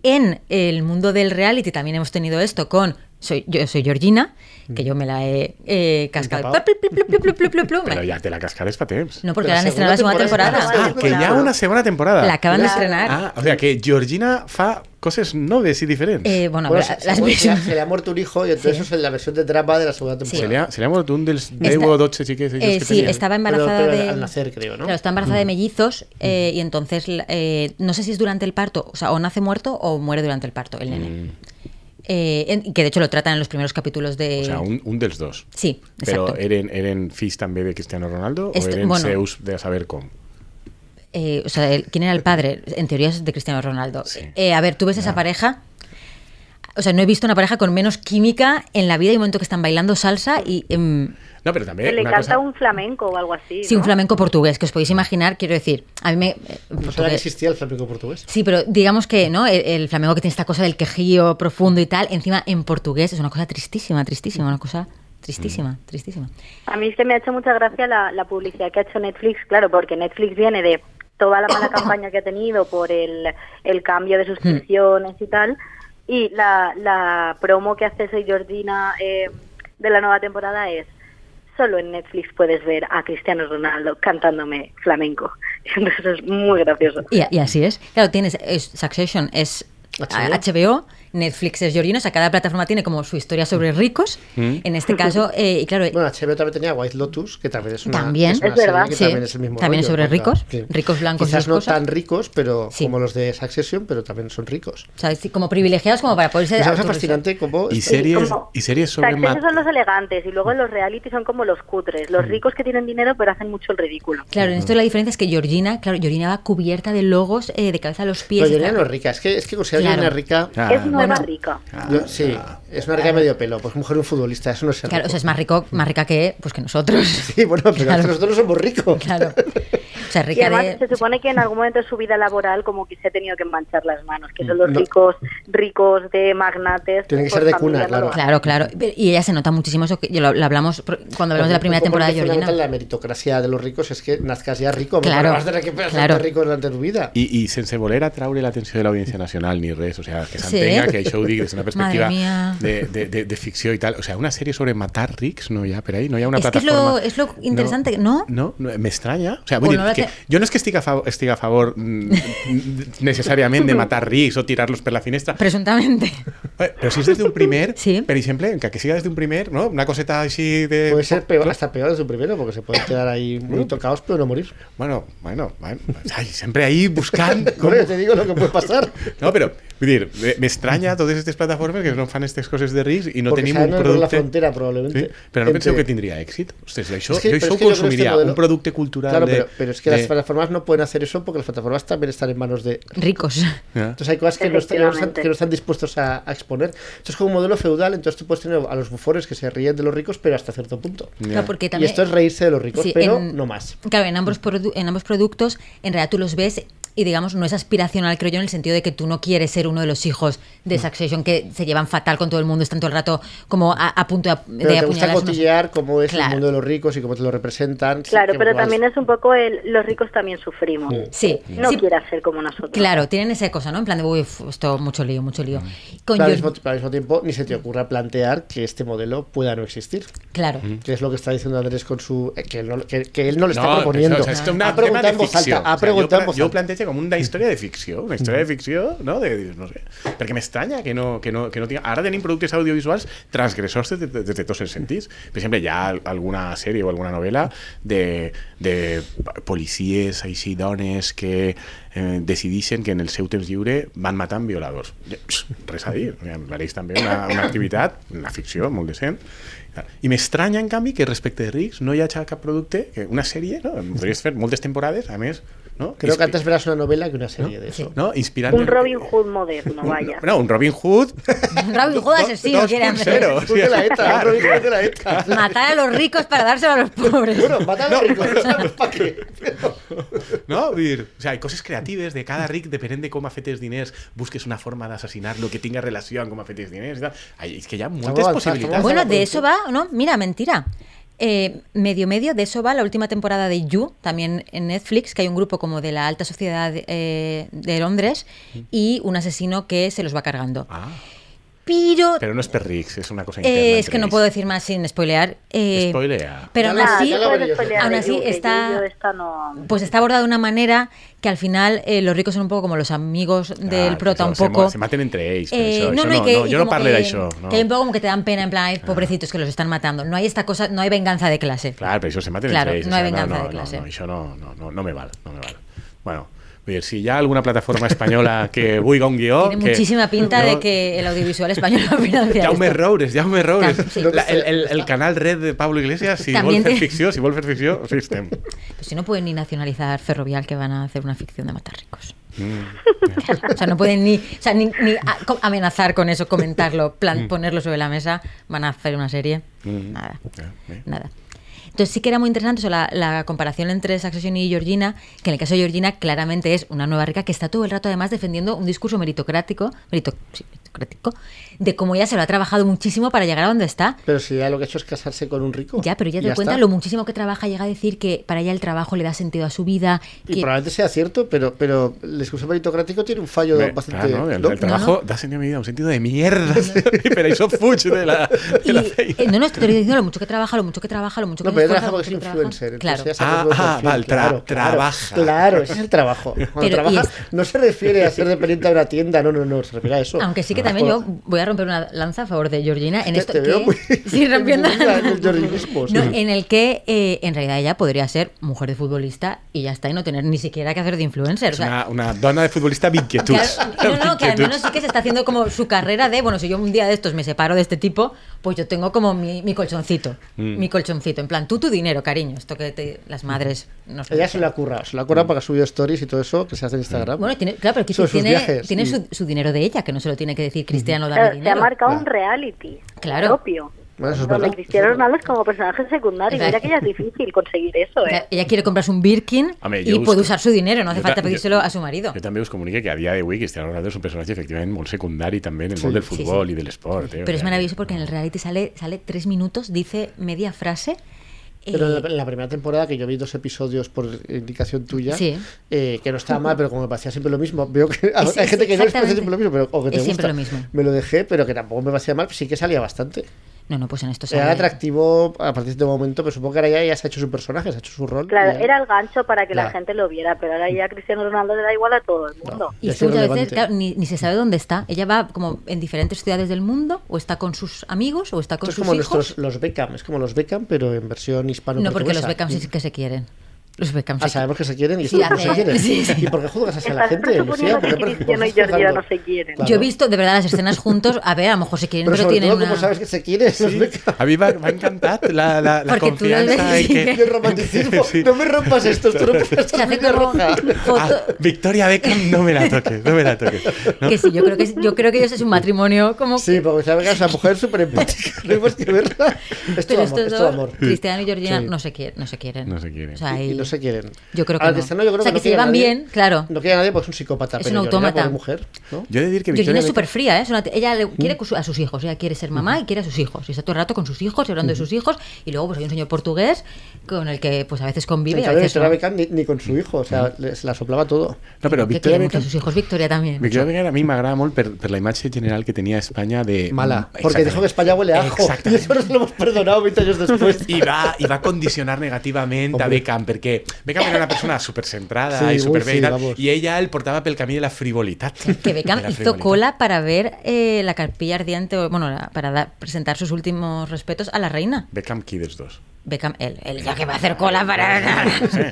En el mundo del reality también hemos tenido esto con... Soy, yo soy Georgina, que yo me la he eh, cascado.
Encapado.
Plu, plu, plu, plu, plu, plu, plu.
Pero ya te la cascares para Temps. Ah,
No, porque
Pero
la han estrenado la segunda
segunda
temporada.
temporada.
Que ya
Claro.
una segunda temporada.
La acaban de
Claro.
estrenar.
Ah, o sea que Georgina fa cosas noves y diferentes.
Eh, bueno,
Bueno,
pero
se-
las
se-
mismas.
se le ha muerto un hijo y entonces eso es la versión de drama de la segunda
Sí.
temporada.
Sería, sería un dels
Esta-
10 o 12 chiques ellos
Eh,
que
sí,
tenían. Mm.
estaba
Pero-
embarazada
pero
de.
al nacer, creo, ¿no?
Claro, está embarazada de mellizos eh, y entonces la- eh, no sé si es durante el parto, o sea, o nace muerto o muere durante el parto el nene.
Mm.
Eh, en- que de hecho lo tratan en los primeros capítulos de.
O sea, un, un dels dos.
Sí,
Però
exacto.
eren, eren fills també de Cristiano Ronaldo
Este-
o eren
bueno.
seus de saber com?
Eh, o sea, el- ¿quién era el padre? En teoría es de Cristiano Ronaldo.
Sí.
Eh, a ver, tú ves esa pareja. O sea, no he visto una pareja con menos química en la vida. Hay un momento que están bailando salsa y. em,
No, pero també
Que
Eh,
le
una
canta
cosa...
un flamenco o algo así.
sí, un
¿no?
flamenco portugués, que os podéis imaginar, quiero decir. A mí me. eh,
No sabía
portugués-
Pues que existía el flamenco portugués.
Sí, pero digamos que, ¿no? El, el flamenco que tiene esta cosa del quejío profundo y tal, encima en portugués es una cosa tristísima, tristísima, una cosa tristísima,
Mm.
tristísima.
A mí es que me ha hecho mucha gracia la, la publicidad que ha hecho Netflix, claro, porque Netflix viene de toda la mala campaña que ha tenido por el, el cambio de suscripciones y tal, y la, la promo que hace Soy Georgina eh, de la nueva temporada es solo en Netflix puedes ver a Cristiano Ronaldo cantándome flamenco. Entonces es muy gracioso.
Y, y así es. Claro, tienes es- Succession es
HBO.
a- HBO, Netflix es Georgino, o sea, cada plataforma tiene como su historia sobre ricos. En este caso, eh, y claro,
Mm. Bueno, HBO también tenía White Lotus, que también es una,
También.
es una
Es verdad.
serie que
Sí.
también es el mismo
También
rollo,
sobre
¿no?
ricos,
Sí.
ricos blancos y
Quizás
esas
no
cosas.
tan ricos, pero
Sí.
como los de Succession, pero también son ricos.
o sea, es como privilegiados como para poderse...
Es una cosa
autorrealizar.
fascinante como...
I sèries,
como-
i sèries sobre...
O sea, esos
ma-
son los elegantes y luego los reality son como los cutres, los ricos que tienen dinero pero hacen mucho el ridículo.
Claro, en esto la diferencia es que Georgina, claro, Georgina va cubierta de logos eh, de cabeza a los pies.
No, Georgina
está-
no es rica, es que, es que considero
Claro.
Georgina rica...
Ah,
es nueva
bueno.
rica.
yo- sí, es una rica de medio pelo, pues mujer de un futbolista, eso no es ser
Claro, o
rico.
sea, es más rico, más rica que, pues, que nosotros.
Sí, bueno, pero
Claro.
nosotros no somos ricos.
Claro. O sea,
Y
rica
además
de...
se supone que en algún momento de su vida laboral como que se ha tenido que manchar las manos, que son los
No.
ricos, ricos de magnates. pues
Tienen que
por
ser de cuna,
familia,
claro.
¿no?
Claro, claro. Pero- Y ella se nota muchísimo eso que yo lo, lo hablamos pro- cuando hablamos de la primera
Un poco
temporada de
lo que fundamenta
Georgina.
La meritocracia de los ricos es que nazcas ya rico,
Claro,
claro, vas a tener que
claro.
claro. rico durante tu vida.
I, I sense voler atraure l'atenció de l'audiència nacional ni res, o sea, que s'entenga
Sí.
que això ho dic des d'una perspectiva
mía.
de, de, de, de ficció i tal. O sea, una sèrie sobre matar rics no hi ha per ahí, no hi ha una
Es que es lo-
plataforma...
es lo interesante, ¿no?
No, no m'estranya. O sea,
O
vull dir,
no la te-
jo no és que estic a, fa estic a favor mm, necessàriament de matar rics o tirar-los per la finestra,
Presuntamente.
Eh, Però si és des d'un primer,
Sí.
per exemple, encara que siga des d'un primer, no? una coseta així de...
Puede ser peor, hasta peor de su primero, porque se pueden quedar ahí muy tocados, pero no morir.
Bueno, bueno, bueno ai, sempre ahí buscant... Com...
Hombre, te digo lo que puede pasar.
No, però, vull dir, eh, m'estranya totes aquestes plataformes que no fan aquestes coses de risc i no
porque
tenim
saben
un
dónde es
producte...
la frontera, probablemente.
Sí, però no penseu
entre-
que tindria èxit? Ostres, jo això,
Es que- pero es que yo
jo això ho
creo que este
consumiria,
modelo-
un producte cultural
Claro,
de...
pero, pero es que
de...
las plataformas no pueden hacer eso porque las plataformas también están en manos de
Ricos.
Eh?
Entonces hay cosas que no, están, que no están-
Efectivamente.
que no están dispuestos a, a exponer. Esto es como un modelo feudal, entonces tú puedes tener a los bufones que se ríen de los ricos, pero hasta cierto punto.
Ya.
No, porque
Y
también,
esto es reírse de los ricos,
sí,
pero
en-
no más.
Claro, en ambos, produ- en ambos productos, en realidad tú los ves y, digamos, no es aspiracional, creo yo, en el sentido de que tú no quieres ser uno de los hijos de Succession que se llevan fatal con todo el mundo, están todo el rato como a, a punto de, ap- de
Pero te gusta
apuñalarse unos-
cotillear cómo es el
Claro.
mundo de los ricos y cómo te lo representan. Sí,
Claro,
que
pero
igual-
también es un poco el, los ricos también sufrimos.
Sí,
No
sí,
quieras ser como nosotros.
Claro, tienen esa cosa, ¿no? En plan de, uy, uf, esto, mucho lío, mucho lío. Con
Pero al
George-
mismo, pero al mismo tiempo, ni se te ocurra plantear que este modelo pueda no existir.
claro.
Que es lo que está diciendo Andrés con su. eh, Que él no, que, que él no lo está
No,
proponiendo.
això, o sea, és que un
ha
tema
preguntado
de
en voz
ficció.
alta. Ha
O sea,
preguntado
jo,
en voz
jo ho
alta.
plantejo com una història de ficció, una història de ficció, no? De, dius, no sé, perquè m'estranya que no, que no, que no tinga... Ara tenim productes audiovisuals transgressors des de, des de tots els sentits. Per exemple, hi ha alguna sèrie o alguna novel·la de, de policies així, dones, que eh, decidixen que en el seu temps lliure van matant violadors. Ja, pss, Res a dir, em mereix també una, una activitat, una ficció molt decent. I m'estranya, en canvi, que respecte de Riggs no hi hagi cap producte, que una sèrie, no? Em Podries fer moltes temporades, a més, no?
Creo que
Inspi-
antes verás una novela que una serie de eso.
no? Inspirant...
Un Robin Hood moderno, vaya.
No, un Robin Hood...
Robin Hood asesino,
dos-
que era-
2.0, o
Tú de la
sea,
ETA,
claro.
Rodrigo, tú de la ETA.
Matar a los ricos para dárselo a los pobres.
Bueno, mata a los ricos, ¿para qué?
No? Vull dir, o sea, hay coses creatives de cada ric, depenent de com ha fet els diners, busques una forma d'assassinar-lo que tinga relació amb com ha fet els diners i tal. Ai, és que hi ha moltes
avançant,
possibilitats.
estamos
Bueno,
Pasa la
de eso va, ¿no? Mira, mentira. Eh, medio medio, de eso va la última temporada de You, también en Netflix, que hay un grupo como de la alta sociedad eh, de Londres y un asesino que se los va cargando.
Ah,
Pero,
però no és per rics, és una cosa interna.
eh, es
entre
que no
ells.
puedo decir más sin spoilear. eh,
Spoilea.
Pero
Ya
aún
la-
Nada,
así,
ya
no
la
puedes
veré yo.
spoilear
Aún
de
así
You, que
está-
yo- yo esta no...
pues está abordado de una manera que al final eh, los ricos son un poco como los amigos del
Ah,
prota,
això,
un
se
poco.
mo- se maten entre ells, per
Eh,
això, això no- no,
y
jo no
como
parlo
que-
d'això, no.
Que hay un poco como que te dan pena, en plan, "Ay, pobrecitos que los están matando. No hay esta cosa, no hay venganza de clase.
Clar, però això se maten
Claro,
entre ells.
no
o
hay
sea,
venganza
no,
de clase.
No, no, això no, no, no, no me val, no me val. Bueno, vull dir, si hi ha alguna plataforma espanyola que vulga un guió...
Tiene
que...
muchísima pinta
no,
de que el audiovisual español lo financia.
Jaume
esto.
Roures, Jaume
Tam-
Roures.
sí.
La, el, el, el canal red de Pablo Iglesias, si
También
vol fer
te-
ficció, si vol fer ficció, sí, este. estem.
Pues si no pueden ni nacionalizar Ferrovial, que van a hacer una ficción de matar ricos. o sea, no pueden ni, o sea, ni, ni a- co- amenazar con eso, comentarlo,
Mm.
plan, ponerlo sobre la mesa. Van a hacer una serie. Nada.
eh.
Nada. Entonces sí que era muy interesante eso, la, la comparación entre Succession y Georgina, que en el caso de Georgina claramente es una nueva rica que está todo el rato además defendiendo un discurso meritocrático, merito- sí, meritocrático de cómo ella se lo ha trabajado muchísimo para llegar a donde está.
Pero si ya lo que ha hecho es casarse con un rico.
Ya, pero ella te
Ya
cuenta
está.
lo muchísimo que trabaja, llega a decir que para ella el trabajo le da sentido a su vida.
Y
que-
probablemente sea cierto, pero, pero el discurso meritocrático tiene un fallo
Bé,
bastante.
clar, no? El,
¿no?
el trabajo
No,
da sentido a mi vida, un sentido de mierda. Pero eso fuig de la, de la
y-
feina.
eh, no, no, estoy diciendo lo mucho que trabaja, lo mucho que trabaja, lo mucho que
No, pero ella
trabaja,
trabaja porque es influencer.
Claro.
entonces ya
Claro.
sabes lo que
Ah, ah,
refiere,
vale, tra- trabaja.
Claro, ese es el trabajo. Cuando
Pero, ¿y
trabaja,
es-
no se refiere a ser dependiente de una tienda, no, no, no, se refiere a eso.
Aunque sí que también yo voy a romper una lanza a favor de Georgina en
Te-
esto
te
que
veo muy-
sí rompiendo
muy
la-
del georginismo,
No,
sí.
en el que eh, en realidad ella podría ser mujer de futbolista y ya está y no tener ni siquiera que hacer de influencer. o
Es
sea,
una, una dona de futbolista
que
vinquetus.
al- no, no, que al menos sí que se está haciendo como su carrera de, bueno, si yo un día de estos me separo de este tipo, pues yo tengo como mi, mi colchoncito,
Mm.
mi colchoncito, en plan, tú tu dinero, cariño, esto que te- las madres nos...
Ella se lo ha currado, se lo ha currado porque ha subido stories y todo eso que se hace en Instagram.
Bueno, tiene, claro, pero quiero
Sobre
decir,
sus
tiene,
viajes
tiene
y-
su, su dinero de ella, que no se lo tiene que decir Cristiano, dame
Claro, se ha
dinero.
marcado un reality
Claro.
propio.
Bueno, eso es
Donde
verdad.
Cristiano Ronaldo es como personaje secundario. Mira que ya es difícil conseguir eso,
Ella,
¿eh?
ella quiere comprarse un Birkin
Home,
y
jo us-
puede usar su dinero, no hace
jo
falta
ta- jo-
pedírselo a su marido.
Jo també us comunique que a dia d'avui Cristiano Ronaldo és un personatge efectivament molt secundari també en el món del
sí, sí.
futbol i de l'esport. Eh? O
Pero es
sea,
maravilloso porque en el reality sale, sale tres minutos, dice media frase.
Pero en
eh,
la, en la primera temporada, que yo vi dos episodios por indicación tuya,
Sí.
eh, que no estaba mal, pero como me parecía siempre lo mismo, veo que hay
es-
gente que no les parece
exactamente.
siempre lo mismo, pero o que te
Es siempre
gusta.
lo mismo.
Me lo dejé, pero que tampoco me parecía mal, sí que salía bastante.
No, no, pues en esto
Era
sale...
atractivo a partir de este momento, pero supongo que ahora ya, ya se ha hecho su personaje, se ha hecho su rol.
Claro,
ya.
era el gancho para que la
Claro.
gente lo viera, pero ahora ya a Cristiano Ronaldo le da igual a todo el mundo.
Y
Ya es
tú ya a veces,
irrelevante.
claro, ni, ni se sabe
Mm.
dónde está. Ella va como en diferentes ciudades del mundo, o está con sus amigos, o está con
Esto
sus
es como
hijos.
nuestros, los Beckham, es como los Beckham, pero en versión hispano
No, porque los Beckham sí que se quieren. Los Beckham
Ah,
sí.
sabemos que se quieren y
Sí,
esto no
hace-
se quieren.
sí, sí.
¿Y por qué juzgas así a la
Estás
gente, Lucía?
presuponiendo
¿Por qué
que
por- por qué
Cristiano y
estás
Jordi
juzgando?
no se quieren.
Claro.
Yo he visto, de verdad, las escenas juntos. A ver, a lo mejor se quieren,
Pero
pero,
sobre
tienen
todo,
una...
¿cómo sabes que se quieren los Beckham?
A mí va, va a encantar la, la, la
Porque tú lo
confianza
ves
en
y
que...
¡Qué romanticismo!
Sí.
¡No me rompas esto! ¡Tú no puedes
Se hace
hacer
como
roja!
foto-
Ah, Victoria Beckham, no me la toques, no me la toques. Ah, ¿no?
Que sí, yo creo que, yo creo que ellos es un matrimonio como...
Sí, porque se ve esa mujer súper empática. No hay más que verla. Es todo
pero
amor,
estos
es
dos,
todo amor.
Cristiano y Georgina,
Sí.
no, se quieren, no se quieren.
No se quieren.
O sea,
Y-
ahí-
Y no se quieren.
Yo creo que
Al
no.
Cristiano yo creo
O sea,
que,
que
no
se
quiere a
llevan
nadie.
bien, claro.
No quiere a nadie porque es un psicópata.
Es
pero
un
Georgina,
autómata.
pobre mujer, ¿no?
Yo he de decir que
Georgina
Victoria
es
Beckham-
súper fría, ¿eh? Es una- ella le
Mm.
quiere cu- a sus hijos, ella quiere ser mamá y quiere a sus hijos. Y está todo el rato con sus hijos y hablando de sus hijos. Y luego pues hay un señor portugués con el que pues a veces convive y a
Sin saber
veces
que
no.
era Beckham este ni, ni con su hijo. O sea, le- se la soplaba todo.
No, però
Que
Victoria
quiere mucho a
Beckham...
sus hijos. Victoria también.
Victoria Beckham a mi m'agrada molt per, per la imatge general que tenia Espanya de... Mm,
Mala. Porque dijo que España huele a ajo. Y
Exactament.
eso nos lo hemos perdonado 20 años después.
I va, I va condicionar negativament a
Hombre.
Beckham, perquè Beckham era una persona supercentrada
Sí,
sí, i superbé
ui, sí,
i tal,
vamos.
i ella el portava pel camí de la frivolitat.
Que Beckham
De la
hizo
frivolitat.
cola para ver eh, la carpilla ardiente, o, bueno, la- para dar- presentar sus últimos respetos a la reina.
Beckham, qui dels dos?
Beckham, él, él ya que va a hacer cola para...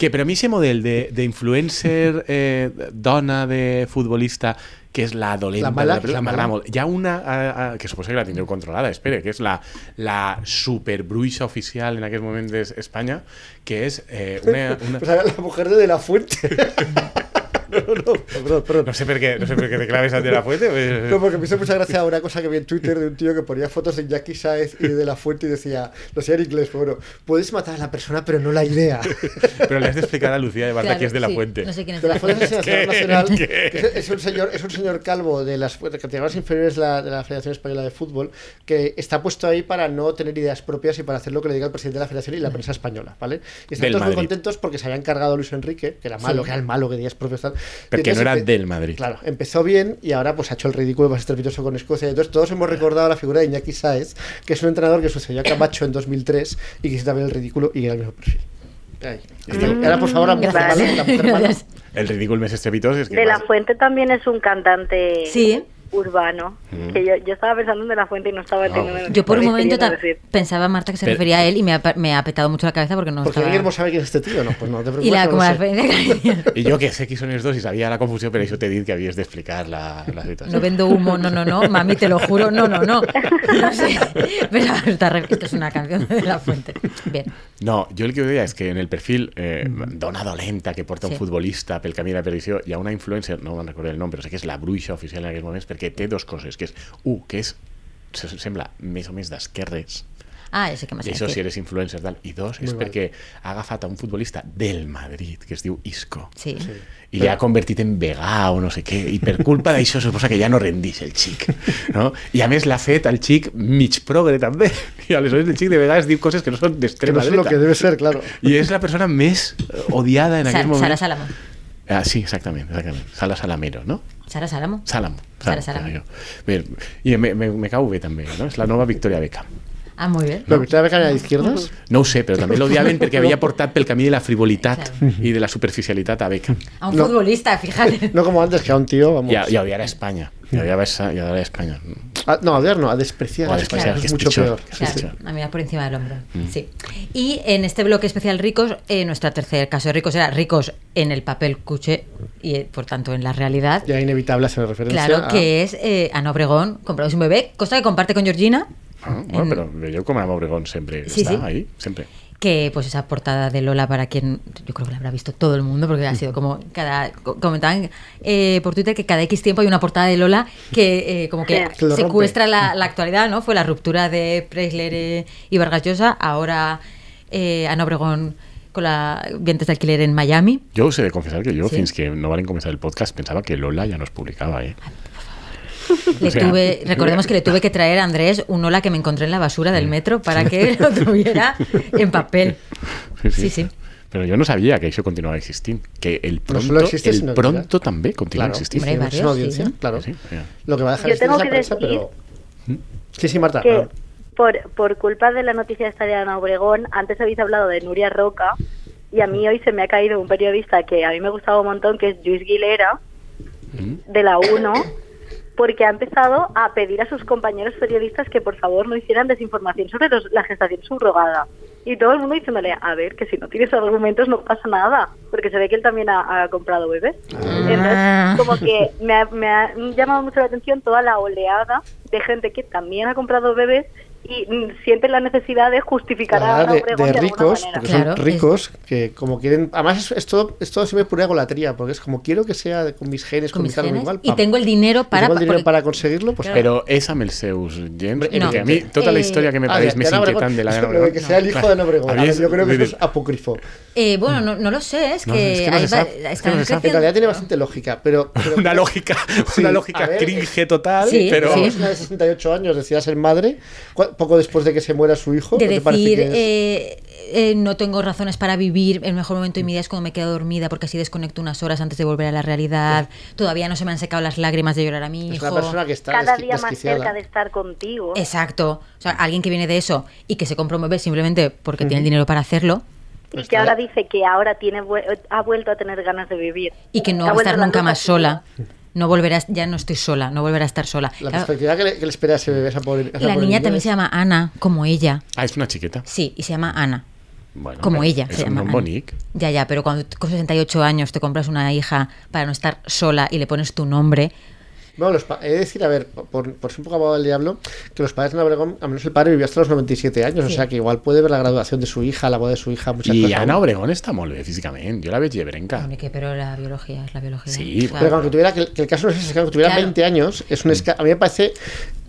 Que per a mi ese model de, de influencer eh, dona de futbolista que és la dolenta,
La mala,
de pel-
la mala.
m'agrada molt. Hi ha una, eh, eh, que suposo que la tindreu controlada, espere, que és la, la superbruixa oficial en aquest moment d'Espanya, que és eh, una...
O
una
sea, la mujer de De La Fuente. No, no, no, perdón, perdón.
no sé per què, no sé per què te claves a De La Fuente. eh,
No, porque me hizo mucha gracia una cosa que vi en Twitter de un tío que ponía fotos de Jackie Saez y de La Fuente y decía, no sé en inglés, pero bueno, puedes matar a la persona, pero no la idea.
Però li has d'explicar a Lucía de Barta
Claro,
que és De La
sí,
Fuente.
No sé quién es
De
de la
la Fuente es
fuente.
el seleccionador nacional, que es- es un señor, es un señor calvo de las categorías inferiores de la, de la Federación Española de Fútbol, que está puesto ahí para no tener ideas propias y para hacer lo que le diga el presidente de la Federación y la prensa española, ¿vale? Y están
Del
todos muy
Madrid.
contentos porque se había encargado Luis Enrique, que era malo, que era el malo, que días propios tal.
Porque no
Entonces,
era
empe-
del Madrid.
Claro, empezó bien y ahora pues ha hecho el ridículo más estrepitoso con Escocia. Entonces todos hemos recordado la figura de Iñaki Sáez, que es un entrenador que sucedió a Camacho en 2003 y que hizo también el ridículo y era el mismo perfil. Ahí. Ahora por
Mm,
favor, la mujer
Gracias.
mala, la mujer mala.
Gracias.
El ridícul més estrepitós és que...
De la
vas-
Fuente también es un cantante
Sí.
urbano. Que yo, yo estaba pensando en De la Fuente y no estaba teniendo.
Yo por un momento ta-
decir.
pensaba, Marta, que se
Pero-
refería a él y me ha, pa- me ha petado mucho la cabeza porque no
Porque
estaba...
Guillermo sabe quién es este tío, no, pues no, te preocupes.
Y la,
no
como
lo
la
sé.
referencia
I jo que sé qui són els dos i sabia la confusió, però això t'he dit que havies d'explicar la, la situació.
No vendo humo, no, no, no, mami, te lo juro, no, no, no. No sé. Pero está re- esto es una canción de La Fuente. Bien.
No, jo el que deia és que en el perfil eh, dona dolenta que porta un
Mm. Sí.
futbolista pel camí de la perdició hi ha una influencer, no me'n recordo el nom, però sé que és la bruixa oficial en aquests moments perquè té dos coses, que és, un, que és se- sembla més o més d'esquerres
Ah, ya sé qué más.
i
iba a
això si
decir.
eres influencer tal. i dos, és perquè ha agafat a un futbolista del Madrid que es diu Isco
Sí.
i l'ha convertit en vegà o no sé què, i per culpa d'això suposa que ja no rendís el xic, no? I a més l'ha fet el xic mig progre també, i aleshores el xic de vegades diu coses que no són
Que no
d'extrema
es lo que
dreta.
debe ser, claro.
I és la persona més eh, odiada en
Sa-
aquest moment.
Sara Salamo.
Ah, sí, exactament, exactament. Sala Salamero, no?
Sara Salamo.
Salam.
Sara
Salam,
Salam.
clar, jo. Bé, I me, me, me cau bé també, no? És la nova Victoria Beckham.
Ah, muy bien.
Lo que te beca de izquierdas.
No ho sé, però també l'odiaven perquè havia portat pel camí de la frivolitat
Clar.
i de la superficialitat a Beckham.
A un
No.
futbolista, fíjate.
No como antes, que a un tío, vamos.
I a, i a odiar a Espanya. I odiava a, i odiar a Espanya.
A- no, a ver, no, a despreciar.
O a
Es que
despreciar,
eso
que
es
es
mucho
pichón.
peor.
Sí, sí.
Claro, a mirar por encima del hombro. Sí. Y en este bloque especial ricos, eh, nuestro tercer caso de ricos era ricos en el papel cuche y eh, por tanto en la realidad.
Ya inevitable hacer referencia.
Claro,
a-
que es eh, Ana Obregón, comprados un bebé, cosa que comparte con Georgina,
Ah, bueno, pero veieu com Ana Obregón sempre
Sí,
està
sí.
ahí, sempre.
que pues esa portada de Lola para quien yo creo que la habrá visto todo el mundo porque ha sido como cada co- comentaban eh, por Twitter que cada X tiempo hay una portada de Lola que eh, como que
Sí.
Que lo rompe.
secuestra la, la actualidad no fue la ruptura de Preisler eh, y Vargas Llosa ahora eh, Ana Obregón con la vientes de alquiler en Miami
Jo us he de confessar que jo,
Sí.
sí. fins que no varen començar el podcast, pensava que Lola ja no es publicava,
le
eh? O sea,
tuve recordemos que le tuve que traer a Andrés un Lola que me encontré en la basura del metro para que lo tuviera en papel Sí, sí.
Però jo no sabia que això continuava existint. Que el pronto,
solo existe,
el
sino que
pronto
ya-
també continua
Claro,
existint.
Hombre, hay
es una
varios, sí,
audiencia,
¿no?
claro.
Sí, sí.
Lo que va a dejar
Yo
es la
tengo que
prensa,
decir
pero. Sí, sí, Marta.
que
perdón.
por, por culpa de la noticia esta de Ana Obregón, antes habéis hablado de Nuria Roca y a mí hoy se me ha caído un periodista que a mí me gustaba un montón, que es Luis Guilera, de la 1, porque ha empezado a pedir a sus compañeros periodistas que por favor no hicieran desinformación sobre los- la gestación subrogada. Y todo el mundo diciéndole, a ver, que si no tienes argumentos no pasa nada, porque se ve que él también ha, ha comprado bebés.
Ah.
Entonces, como que me ha, me ha llamado mucho la atención toda la oleada de gente que también ha comprado bebés y mm, siente la necesidad de justificar a
Claro,
Ana
de,
Obregón
de
de alguna
ricos,
manera.
porque
Claro,
son
es-
ricos, que como quieren. Además, es, es todo, es todo siempre pura egolatría, porque es como quiero que sea de- con mis genes, con,
con mis
algo
genes,
igual.
y
pam.
tengo el dinero
Y
para...
tengo el dinero
porque-
para conseguirlo, pues
Pero esa Melseus, James,
No.
porque a mí toda la
Eh,
historia que me
Ah,
paréis
de
me
Ana Obregón.
inquietan de la de Ana
Lo de que
Obregón.
sea el hijo de Ana Obregón.
A mí
A ver,
es-
yo creo que eso es
dices-
apócrifo.
Eh, bueno,
Mm.
no, no lo sé, es
No,
que,
es que no
ahí
se
va-
sabe,
están
es que no se sabe.
creciendo.
En realidad tiene bastante lógica, pero. pero-
Una lógica,
Sí,
una
a
lógica
ver,
cringe total,
Sí,
pero
sí.
Es una de 68 años, decida ser madre, cu- poco después de que se muera su hijo.
de
¿no te parece
decir,
que es-
eh, eh, no tengo razones para vivir, el mejor momento de mi vida es cuando me quedo dormida porque así desconecto unas horas antes de volver a la realidad, todavía no se me han secado las lágrimas de llorar a mi
es
hijo.
una persona que está
Cada
desqui-
día más
desquiciada.
cerca de estar contigo.
Exacto, o sea, alguien que viene de eso y que se compra un bebé simplemente porque tiene el dinero para hacerlo
Pues
Y que ahora dice que ahora tiene vu- ha vuelto a tener ganas de vivir.
y que Ah, no
Ha
va a
vuelto
estar
la
nunca
loca
más
sin
sola, no volverás, ya no estoy sola, no volverá a estar sola.
La
Claro,
perspectiva que le, que le espera a ese bebé, a esa pobre. a esa
la
pobre
niña también
es-
se llama Ana, como ella,
Ah, es una chiqueta.
sí, y se llama Ana.
Bueno,
Como ella.
Es
se
un
llama
nom
Ana.
bonic.
Ya, ya, pero cuando con 68 años te compras una hija para no estar sola y le pones tu nombre.
Bueno, los pa- he de decir, a ver, por, por ser un poco abogado del diablo, que los padres de Ana Obregón, al menos el padre vivió hasta los 97 años, o sea que igual puede ver la graduación de su hija, la boda de su hija, muchas
Y
cosas.
Ana
aún.
Obregón está muy bien físicamente. Yo la veo lleverenca.
Hombre, que pero la biología es la biología.
Sí,
Ah. Pero que aunque tuviera, que, que el caso no es ese, que aunque tuviera
Claro.
20 años, es un esca- a mí me parece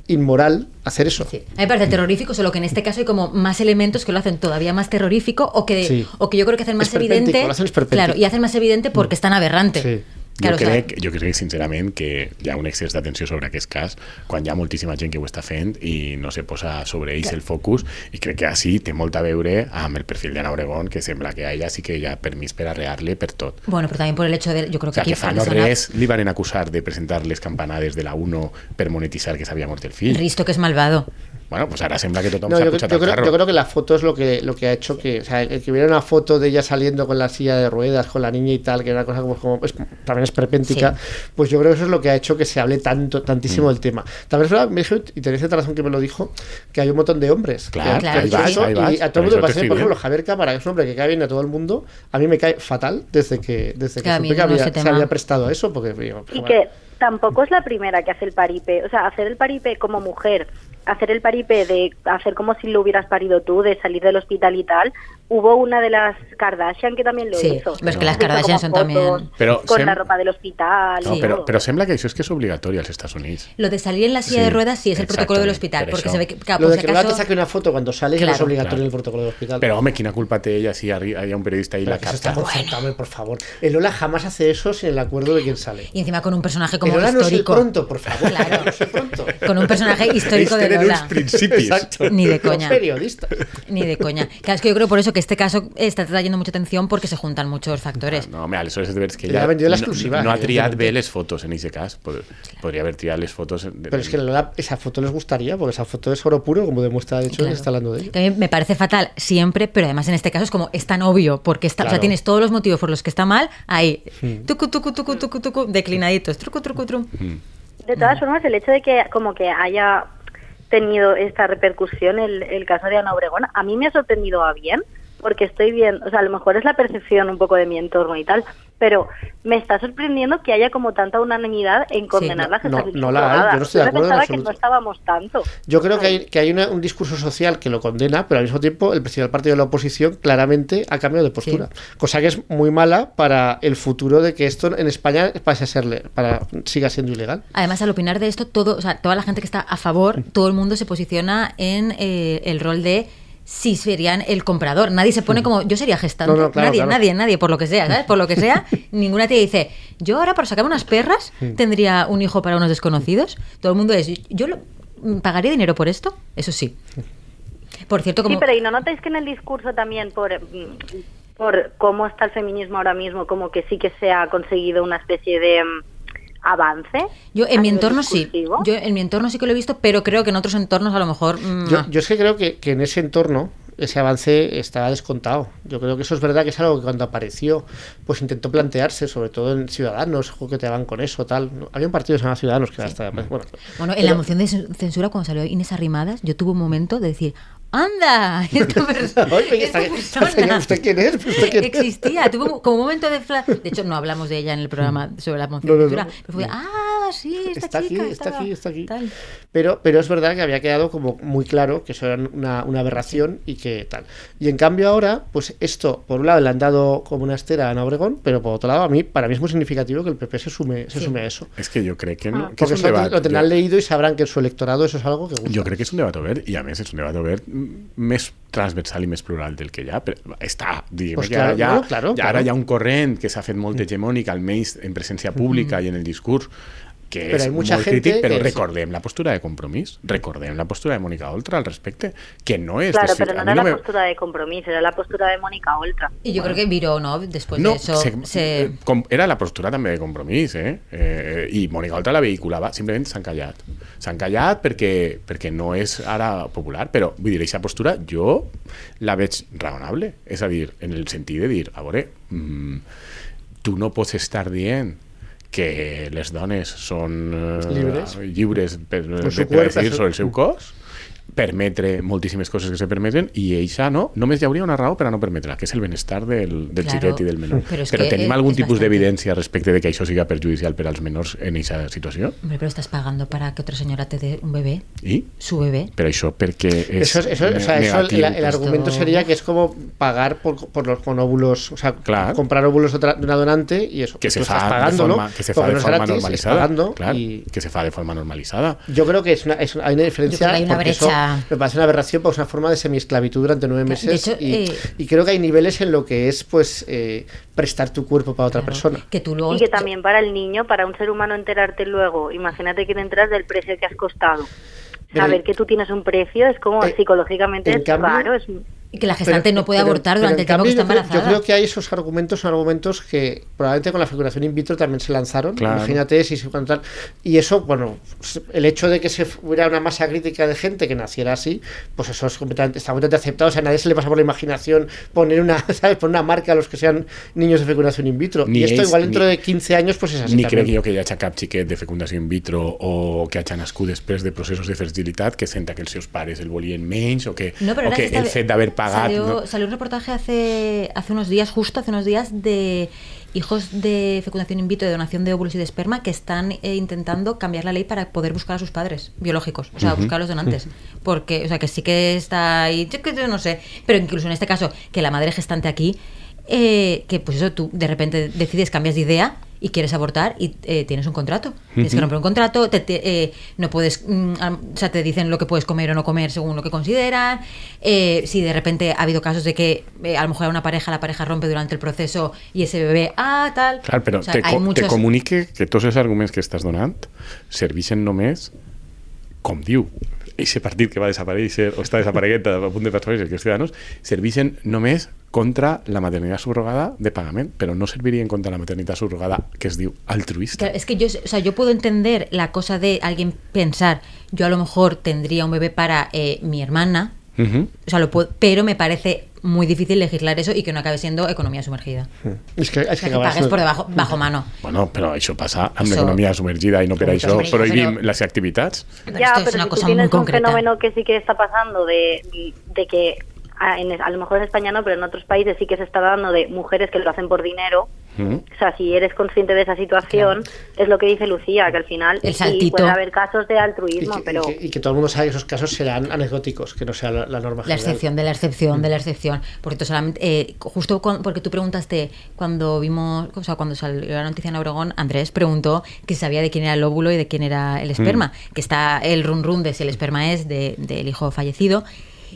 inmoral hacer eso.
Sí. A mí me parece terrorífico, solo que en este caso hay como más elementos que lo hacen todavía más terrorífico o que,
Sí.
o que yo creo que hacen más
Esperpéntico,
evidente.
lo hacen esperpéntico.
claro, y hacen más evidente porque están aberrante.
Sí.
Claro, o
jo,
sea,
crec, jo crec sincerament que hi ha un excés d'atenció sobre aquest cas quan hi ha moltíssima gent que ho està fent i no se posa sobre ells el focus i crec que així té molt a veure amb el perfil d'Anna Obregón que sembla que a ella sí que hi ha permís per arrear-li per tot
Bueno, pero también por el hecho de. Yo creo
o
que
sea,
aquí
que fa no
persona-
res li van acusar de presentar les campanades de la 1 per monetitzar que s'havia mort el fill.
Risto que es malvado.
Bueno, pues ara sembla que tothom
No,
s'ha
yo,
pujat
yo
al
creo,
carro.
yo creo que la foto es lo que, lo que ha hecho que, o sea, el que hubiera una foto de ella saliendo con la silla de ruedas, con la niña y tal, que era una cosa como, como, pues, también es perpéntica, pues yo creo que eso es lo que ha hecho que se hable tanto, tantísimo
Mm.
del tema. También es verdad, me dijo, y tenéis cierta razón que me lo dijo, que hay un montón de hombres. que
Claro,
han- que han
ahí
hecho
vas,
eso,
ahí
y
vas,
a todo
por
el mundo
eso
le
te
pasa,
estoy
por ejemplo,
bien.
Javier Cámara, que es un hombre que cae bien a todo el mundo, a mí me cae fatal desde que, desde que
Claro, a mí
supe que
no
había-
ese
se
tema.
había prestado a eso, porque digo,
Y
bueno.
que tampoco es la primera que hace el paripe. O sea, hacer el paripe como mujer, hacer el paripe de hacer como si lo hubieras parido tú, de salir del hospital y tal. Hubo una de las Kardashian que también lo
Sí,
hizo.
pero es que las
Hizo como
Kardashian son también-
fotos
Pero
con
sem-
la ropa del hospital.
No,
y
però,
todo.
però sembla que això és que és obligatori als Estats Units.
Lo de salir en la silla
Sí,
de ruedas sí es el protocolo del
exactamente,
hospital,
por
porque
eso.
se ve que, claro,
lo
por
de
si
que el gato
acaso,
te saque una foto cuando sales no es
Claro.
obligatorio
Claro.
el protocolo del hospital.
Però, home, quina culpa té ella si arri- hi ha un periodista i
Pero
la
que eso está
capta?
concertado, hombre, por favor. El Ola jamás hace eso sin el acuerdo de quién sale.
y encima con un personaje como
el Ola no es el
histórico.
pronto, por favor.
Claro.
No es el pronto.
Con un personaje histórico
Ells
de
tenen uns
Lola.
principis.
Ni de
Son
coña.
periodistas.
Ni de coña. Claro, es que yo creo por eso que este caso está trayendo mucha atención porque se juntan muchos
Ah,
factores.
No, home, aleshores és de veres que
Li ha
ella
vendido la
no-
exclusiva, eh,
no, ha triat
evidentment.
bé les fotos en aquest cas. Pod Podria haver triat les fotos... De,
Pero es que el Ola, esa foto les gustaría, porque esa foto es oro puro, como demuestra, de hecho,
Claro.
que está hablando de ello.
Que a mí me parece fatal siempre, pero además en este caso es como es tan obvio porque está, o sea,
Claro. Hmm.
tienes todos los motivos por los que está mal ahí. Tucu, tucu, tucu, tucu, tucu, declinaditos. Trucu, trucu, trum.
De
Mm.
todas formas, el hecho de que como que haya tenido esta repercusión el, el caso de Ana Obregón, a mí me ha sorprendido a bien, porque estoy viendo, o sea, a lo mejor es la percepción un poco de mi entorno y tal, pero me está sorprendiendo que haya como tanta unanimidad en condenar
no,
la gestación
no, no la hay,
subrogada.
yo no estoy de
me
acuerdo en
pensaba que
absoluto.
no estábamos tanto.
Yo creo que hay, que hay una- un discurso social que lo condena, pero al mismo tiempo el principal partido de la oposición claramente ha cambiado de postura. Cosa que es muy mala para el futuro de que esto en España pase a ser, le- para, siga siendo ilegal.
Además, al opinar de esto, todo, o sea, toda la gente que está a favor, todo el mundo se posiciona en eh, el rol de si serían el comprador. Nadie se pone como yo sería gestante.
No, no, claro,
nadie,
claro.
nadie, nadie, por lo que sea, ¿sabes? Por lo que sea, ninguna tía dice, yo ahora para sacar unas perras tendría un hijo para unos desconocidos. Todo el mundo es, yo lo- pagaría dinero por esto, eso sí. Por cierto, como
Sí, pero ¿y no notáis que en el discurso también por, mm, por cómo está el feminismo ahora mismo, como que sí que se ha conseguido una especie de mm, avance?
Yo
a
en mi
nivel
entorno sí.
discursivo?
Yo en mi entorno sí que lo he visto, pero creo que en otros entornos a lo mejor. mm,
Yo,
no.
yo es que creo que, que en ese entorno ese avance estaba descontado. Yo creo que eso es verdad que es algo que cuando apareció, pues intentó plantearse, sobre todo en Ciudadanos, jugueteaban con eso, tal. Había un partido que se llamaba Ciudadanos que hasta... Bueno,
Bueno, en la moción de cen- censura, cuando salió Inés Arrimadas, yo tuve un momento de decir, ¡anda! Esta, pers-
Oye,
esta
esta- esta
persona
señora, ¿usted quién es? ¿Usted quién es?
existía. Tuve un- como un momento de flash. De hecho, no hablamos de ella en el programa sobre la moción
Mm. No, no,
de censura.
no.
Pero fue, ¡ah, sí! Esta
Está aquí,
chica
está
estaba
aquí, está aquí.
tal".
Pero, pero es verdad que había quedado como muy claro que eso era una, una aberración y que tal. Y en cambio ahora, pues esto, por un lado le han dado como una estera a Ana Obregón, pero por otro lado, a mí, para mí es muy significativo que el PP se sume, se
Sí.
sume a eso.
Es que yo creo que, no- que es
Ah, Porque
un
eso lo,
debate.
lo tendrán
yo-
leído y sabrán que en su electorado eso es algo que gusta.
Yo crec que és un debat obert i a més és un debat obert mm, més transversal i més plural del que hi ha, però està, diguem
Pues
que ara
claro,
hi ha,
no, claro,
i ara
claro. Mm.
hi ha un corrent que s'ha fet molt hegemònic, almenys en presència pública i en el discurs, que
Però
és
hay mucha
molt
gente
crític, però
que es-
recordem la postura de compromís, recordem la postura de Mónica Oltra al respecte, que no
Este
és... de
Claro,
Ciu-
pero no
a mi
era la
me-
postura de compromiso, era la postura de Mónica Oltra.
Y yo creo que Vironov, después
no,
de eso, se,
se- eh, com- era la postura també de compromís, eh? eh I Mònica Oltra la vehiculava, simplement s'han callat. S'han callat perquè, perquè no és ara popular, però vull dir, aquesta postura jo la veig raonable. És a dir, en el sentit de dir, a veure, mm, tu no pots estar dient que les dones són eh,
Lliures.
lliures per, per,
seu
per
cuerpo,
decidir
sí.
sobre el seu cos permetre moltíssimes coses que se permeten i eixa no, només hi hauria una raó per a no permetre-la, que és el benestar del, del
Claro.
xiquet i del menor.
Però és
Però
que
tenim
és-
algun
és
tipus
bastante.
d'evidència respecte de que això siga perjudicial per als menors en aquesta situació?
Hombre, pero estás pagando para que otra señora te dé un bebé,
I?
su bebé.
Per això, perquè és
Eso, es- eso- o sea,
ne-
eso el-
negatiu.
el, el argumento
Esto-
sería que es como pagar por, por los con óvulos, o sea,
Claro.
comprar óvulos de otra- de una donante y eso.
que se
tú
fa
estás
de
pagando,
forma,
¿no?
que se fa
Porque
de
no es
forma
gratis, es
normalitzada.
pagando
clar,
y-
que se fa de forma normalitzada.
Yo creo que es una, es una- hay una
Yo
diferencia.
creo que hay una
porque eso
brecha.
me parece una aberración, porque es una forma de semiesclavitud durante nueve
Claro,
meses.
de hecho,
y,
eh,
y creo que hay niveles en lo que es, pues, eh, prestar tu cuerpo para otra
Claro,
persona.
Que tú luego.
Y que también para el niño, para un ser humano enterarte luego, imagínate que te enteras del precio que has costado.
Pero-
Saber que tú tienes un precio es como
Eh,
psicológicamente
en
es
cambio-
raro. Es...
y que la gestante
Pero-
no puede
pero-
abortar
pero
durante el
en
tiempo que
cambio
está
yo creo-
embarazada.
Yo creo que hay esos argumentos, son argumentos que probablemente con la fecundación in vitro también se lanzaron.
Claro.
Imagínate si se cuando tal. Y eso, bueno, el hecho de que se hubiera una masa crítica de gente que naciera así, pues eso es completamente, está completamente aceptado. O sea, a nadie se le pasa por la imaginación poner una, ¿sabes? Poner una marca a los que sean niños de fecundación in vitro.
Ni
y esto
es-
igual dentro
ni-
de 15 años, pues es así.
Ni
también.
crec jo que hi hagi cap xiquet de fecundació in vitro o que hagi nascut després de processos de fertilitat que senta que els seus pares el volien menys o que,
No, pero
o
ahora
que
se está-
el fet d'haver pagat...
Salió,
no-
salió un reportaje hace, hace unos días, justo hace unos días, de hijos de fecundación in vitro, de donación de óvulos y de esperma, que están eh, intentando cambiar la ley para poder buscar a sus padres biológicos, o sea, buscar a los donantes. Porque, o sea, que sí que está ahí, yo, que- yo no sé, pero incluso en este caso, que la madre gestante aquí, eh, que pues eso, tú de repente decides, cambias de idea y quieres abortar y eh, tienes un contrato. Tienes que romper un contrato, te- te, eh, no puedes, mm, am- o sea, te dicen lo que puedes comer o no comer según lo que consideran. Eh, si de repente ha habido casos de que eh, a lo mejor a una pareja, la pareja rompe durante el proceso y ese bebé, ah, tal.
Clar, però
O sea,
te,
hay
co te
muchos-
comunique que tots els arguments que estàs donant serveixen només com diu eixe partit que va desaparèixer o està desaparegut a punt de desaparèixer que els ciutadans serveixen només contra la maternitat subrogada de pagament, però no servirien contra la maternitat subrogada que es diu altruista.
Claro, es que yo, o sea, yo puedo entender la cosa de alguien pensar, yo a lo mejor tendría un bebé para eh, mi hermana,
Mhm.
o sea, lo puedo, pero me parece muy difícil legislar eso y que no acabe siendo economía sumergida.
Hmm. Es que, es que
O sea, que
acabarás-
pagues por debajo, bajo mano.
Bueno, però això passa amb
Això-
l'economia submergida i no per
Com
això
que sí.
prohibim
Però-
les activitats.
Pero
ya,
esto
pero
es una
si tú
cosa muy
tienes un
concreta.
fenómeno que sí que está pasando de, de que a, en- a lo mejor en España no, pero en otros países sí que se está dando de mujeres que lo hacen por dinero.
Mhm.
O sea, si eres consciente de esa situación, es lo que dice Lucía, que al final
El
sí
saltito.
puede haber casos de
y,
altruismo,
que,
pero...
y que- y que todo el mundo sabe que esos casos serán anecdóticos, que no sea la, la
La
norma general.
excepción de la excepción
Mm.
de la excepción. Porque tú solamente, eh, justo cuan- porque tú preguntaste cuando vimos, o sea, cuando salió la noticia en Obregón, Andrés preguntó que si sabía de quién era el óvulo y de quién era
Mm.
el esperma, que está el run run de si el esperma es de- del hijo fallecido.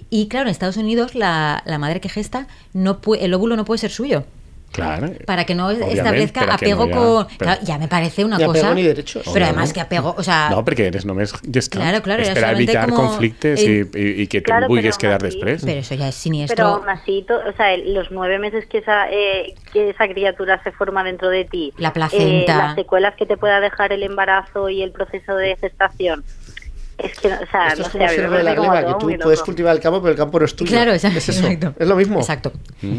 Y claro, en Estados Unidos la, la madre que gesta no pue- el óvulo no puede ser suyo.
Claro.
para que no
Obviamente,
establezca
pero que
apego
no, ya,
con.
pero-
claro, ya me parece una
Ni apego
cosa.
ni derechos.
Pero
Obviamente.
además que apego, o sea,
No, perquè eres només gestar.
Claro, claro, era
Esperar
solamente
evitar
como-
conflictes i,
el-
i, i que te'n
Claro,
vulguis
però
quedar
aún así-
després.
pero eso ya es
Pero
siniestro.
aún así, to- o sea, el- los nueve meses que esa, eh, que esa criatura se forma dentro de ti, eh,
La placenta.
las secuelas que te pueda dejar el embarazo y el proceso de gestación, es que, no- o sea,
Esto
no
es
sé,
como
a mí me
sirve de la
parece como
gleba, que
todo muy
tú
loco.
puedes cultivar el campo, pero el campo no es tuyo.
Claro,
es
exacto.
eso.
exacto.
Es lo mismo.
Exacto.
Mm.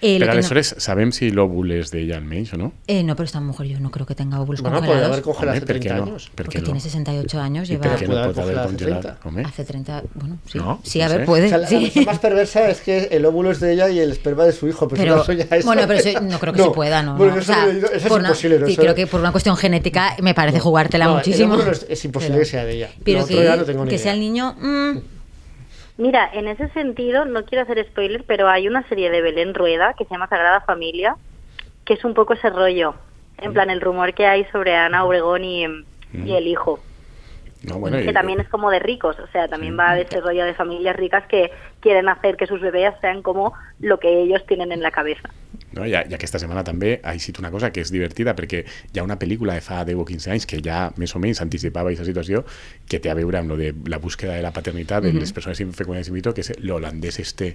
Eh, lo que
Però
no-
aleshores sabem si l'òvul és d'ella almenys o no?
Eh, no, pero esta mujer yo no creo que tenga óvulos
Bueno, puede
congelados.
haber congelado hace
Hombre, ¿por qué
30
no?
años.
¿Por
porque
qué no?
tiene 68 años,
I per
Pues lleva
què
Puede
no
haber
pot haver
congelat hace
congelat?
30.
Home,
hace 30. Bueno, sí.
No,
sí,
no
a ver,
sé.
puede.
O sea, la, la
sí.
versión más perversa es que el óvulo es de ella y el esperma de su hijo, pero,
Pero-
no soy ya eso.
bueno, pero eso no creo que se pueda, ¿no?
Bueno,
no.
yo
O
eso
sea,
lo he leído, eso
por
es
una-
imposible.
Sí,
eso-
creo que por una cuestión genética me parece jugártela
No, el
muchísimo.
óvulo es- es imposible que sea de ella.
Pero
Lo
que,
otro ya no tengo ni
que
idea.
sea el niño. mm,
Mira, en ese sentido, no quiero hacer spoiler, pero hay una serie de Belén Rueda que se llama Sagrada Familia, que es un poco ese rollo,
Mm.
en plan el rumor que hay sobre Ana Obregón y, y el hijo.
no, bueno,
que también es como de ricos, o sea, también va de ese rollo de familias ricas que quieren hacer que sus bebés sean como lo que ellos tienen en la cabeza.
No, ja, ja aquesta setmana també ha existit una cosa que és divertida perquè hi ha una pel·lícula de fa 10 o 15 anys que ja més o menys anticipava aquesta situació que té a veure amb lo de la búsqueda de la paternitat de les persones infecundades in vitro que és l'holandès este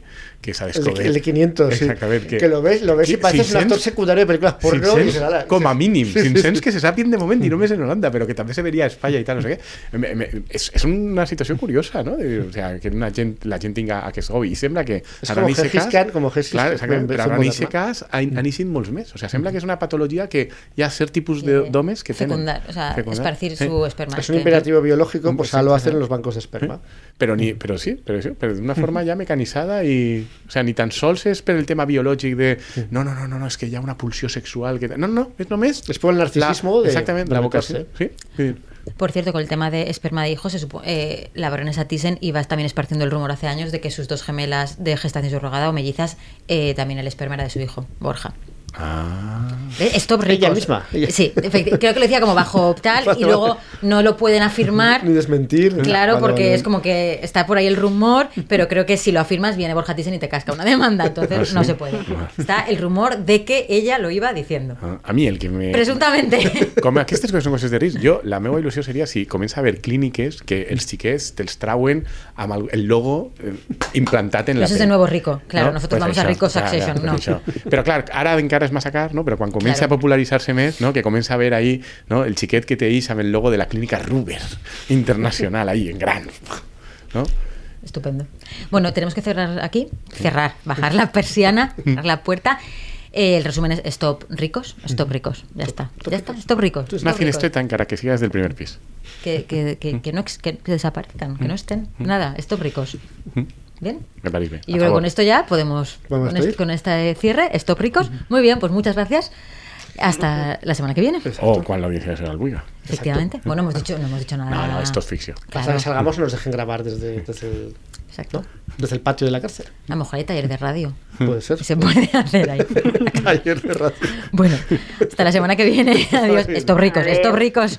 que s'ha
El
descobert.
de, el de 500, sí.
Exactament.
Que, lo ves, lo ves y
Sí,
pareces un
500,
actor secundario de películas porno. y
500,
dices, "Ala".
com a mínim,
Sí, Mm. sí,
500
sí.
que se sapien de moment i només en Holanda, però que també se veria a Espanya i tal, no sé què. Me- me- És, és una situació curiosa, no? De, o sea, que una gent, la gent tinga aquest hobby. I sembla que...
És
ara
com
n'hi sé
Gengis
cas-
Khan, com Gengis
Clar,
Khan,
exactament,
versió
però ara n'hi sé
moderna.
cas han, han eixit molts més. O sea,
Mm.
sembla que és una patologia que hi ha cert tipus de- d'homes que tenen.
fecundar, o sea,
Fecundar.
esparcir
Sí.
su esperma.
Es un imperativo biológico, pues
Sí,
ahora lo
sí,
hacen
sí.
en los bancos de esperma.
¿Eh? Però, ni, però sí, però, sí, però d'una forma ja mecanitzada i... O sea, ni tan sols és per el tema biològic de
Mm.
no, no, no, no, no és que hi ha una pulsió sexual que... No, no, és només...
Es por el narcisismo de-
Exactament,
de
la
meterse.
vocació. Sí? sí.
Por cierto, con el tema de esperma de hijos, se supo- eh, la baronesa Thyssen iba también esparciendo el rumor hace años de que sus dos gemelas de gestación subrogada o mellizas, eh, también el esperma era de su hijo, Borja.
Ah...
¿Ves? Stop
Ella
ricos.
misma, ella.
Sí, efecti- creo que lo decía como bajo tal y
Vale,
luego
vale.
no lo pueden afirmar.
Ni desmentir.
Claro,
Vale,
porque
vale.
es como que está por ahí el rumor, pero creo que si lo afirmas viene Borja Thyssen y te casca una demanda, entonces
Ah, ¿sí?
no se puede. Está el rumor de que ella lo iba diciendo.
Ah, A mi el que me...
Presuntamente.
Com aquestes coses són coses de risc, jo, la meva il·lusió seria si comença a haver clíniques que els xiquets te'ls trauen amb el, el logo eh, implantat en la
Eso es de
pell.
nuevo rico. Claro, nosotros vamos a rico Succession,
pues
no.
això. Però clar, ara encara és massa car, no? però quan comença
Claro.
a popularitzar-se més, no? que comença a haver ahí no? el xiquet que té ells amb el logo de la clínica Ruber internacional, ahí, en gran. No?
Estupendo. Bueno, tenemos que cerrar aquí, cerrar, bajar la persiana, cerrar la puerta. Eh, el resumen es stop ricos, stop ricos, ya está, ya está, stop ricos.
Una
stop ricos.
finestreta encara que sigas del primer pis.
Que, que, que, que no ex- que- que desaparezcan, que no estén, nada, stop ricos. Bien.
Me pareix bé.
Y
a
yo creo que
favor.
con esto ya podemos,
¿Podemos
con, este,
despedir?
con este cierre, stop ricos. Muy bien, pues muchas gracias. Hasta la semana que viene.
O quan l'audiència serà el Buiga.
Efectivamente. Bueno, hemos dicho, no hemos dicho nada.
No, no, esto es ficción.
Hasta
Claro,
que salgamos nos dejen grabar desde, desde el,
exacto.
¿no? desde el patio de la cárcel.
A lo mejor hay taller de radio.
Puede ser.
Se puede hacer ahí.
Taller de radio.
Bueno, hasta la semana que viene. Adiós. Estos ricos, estos ricos.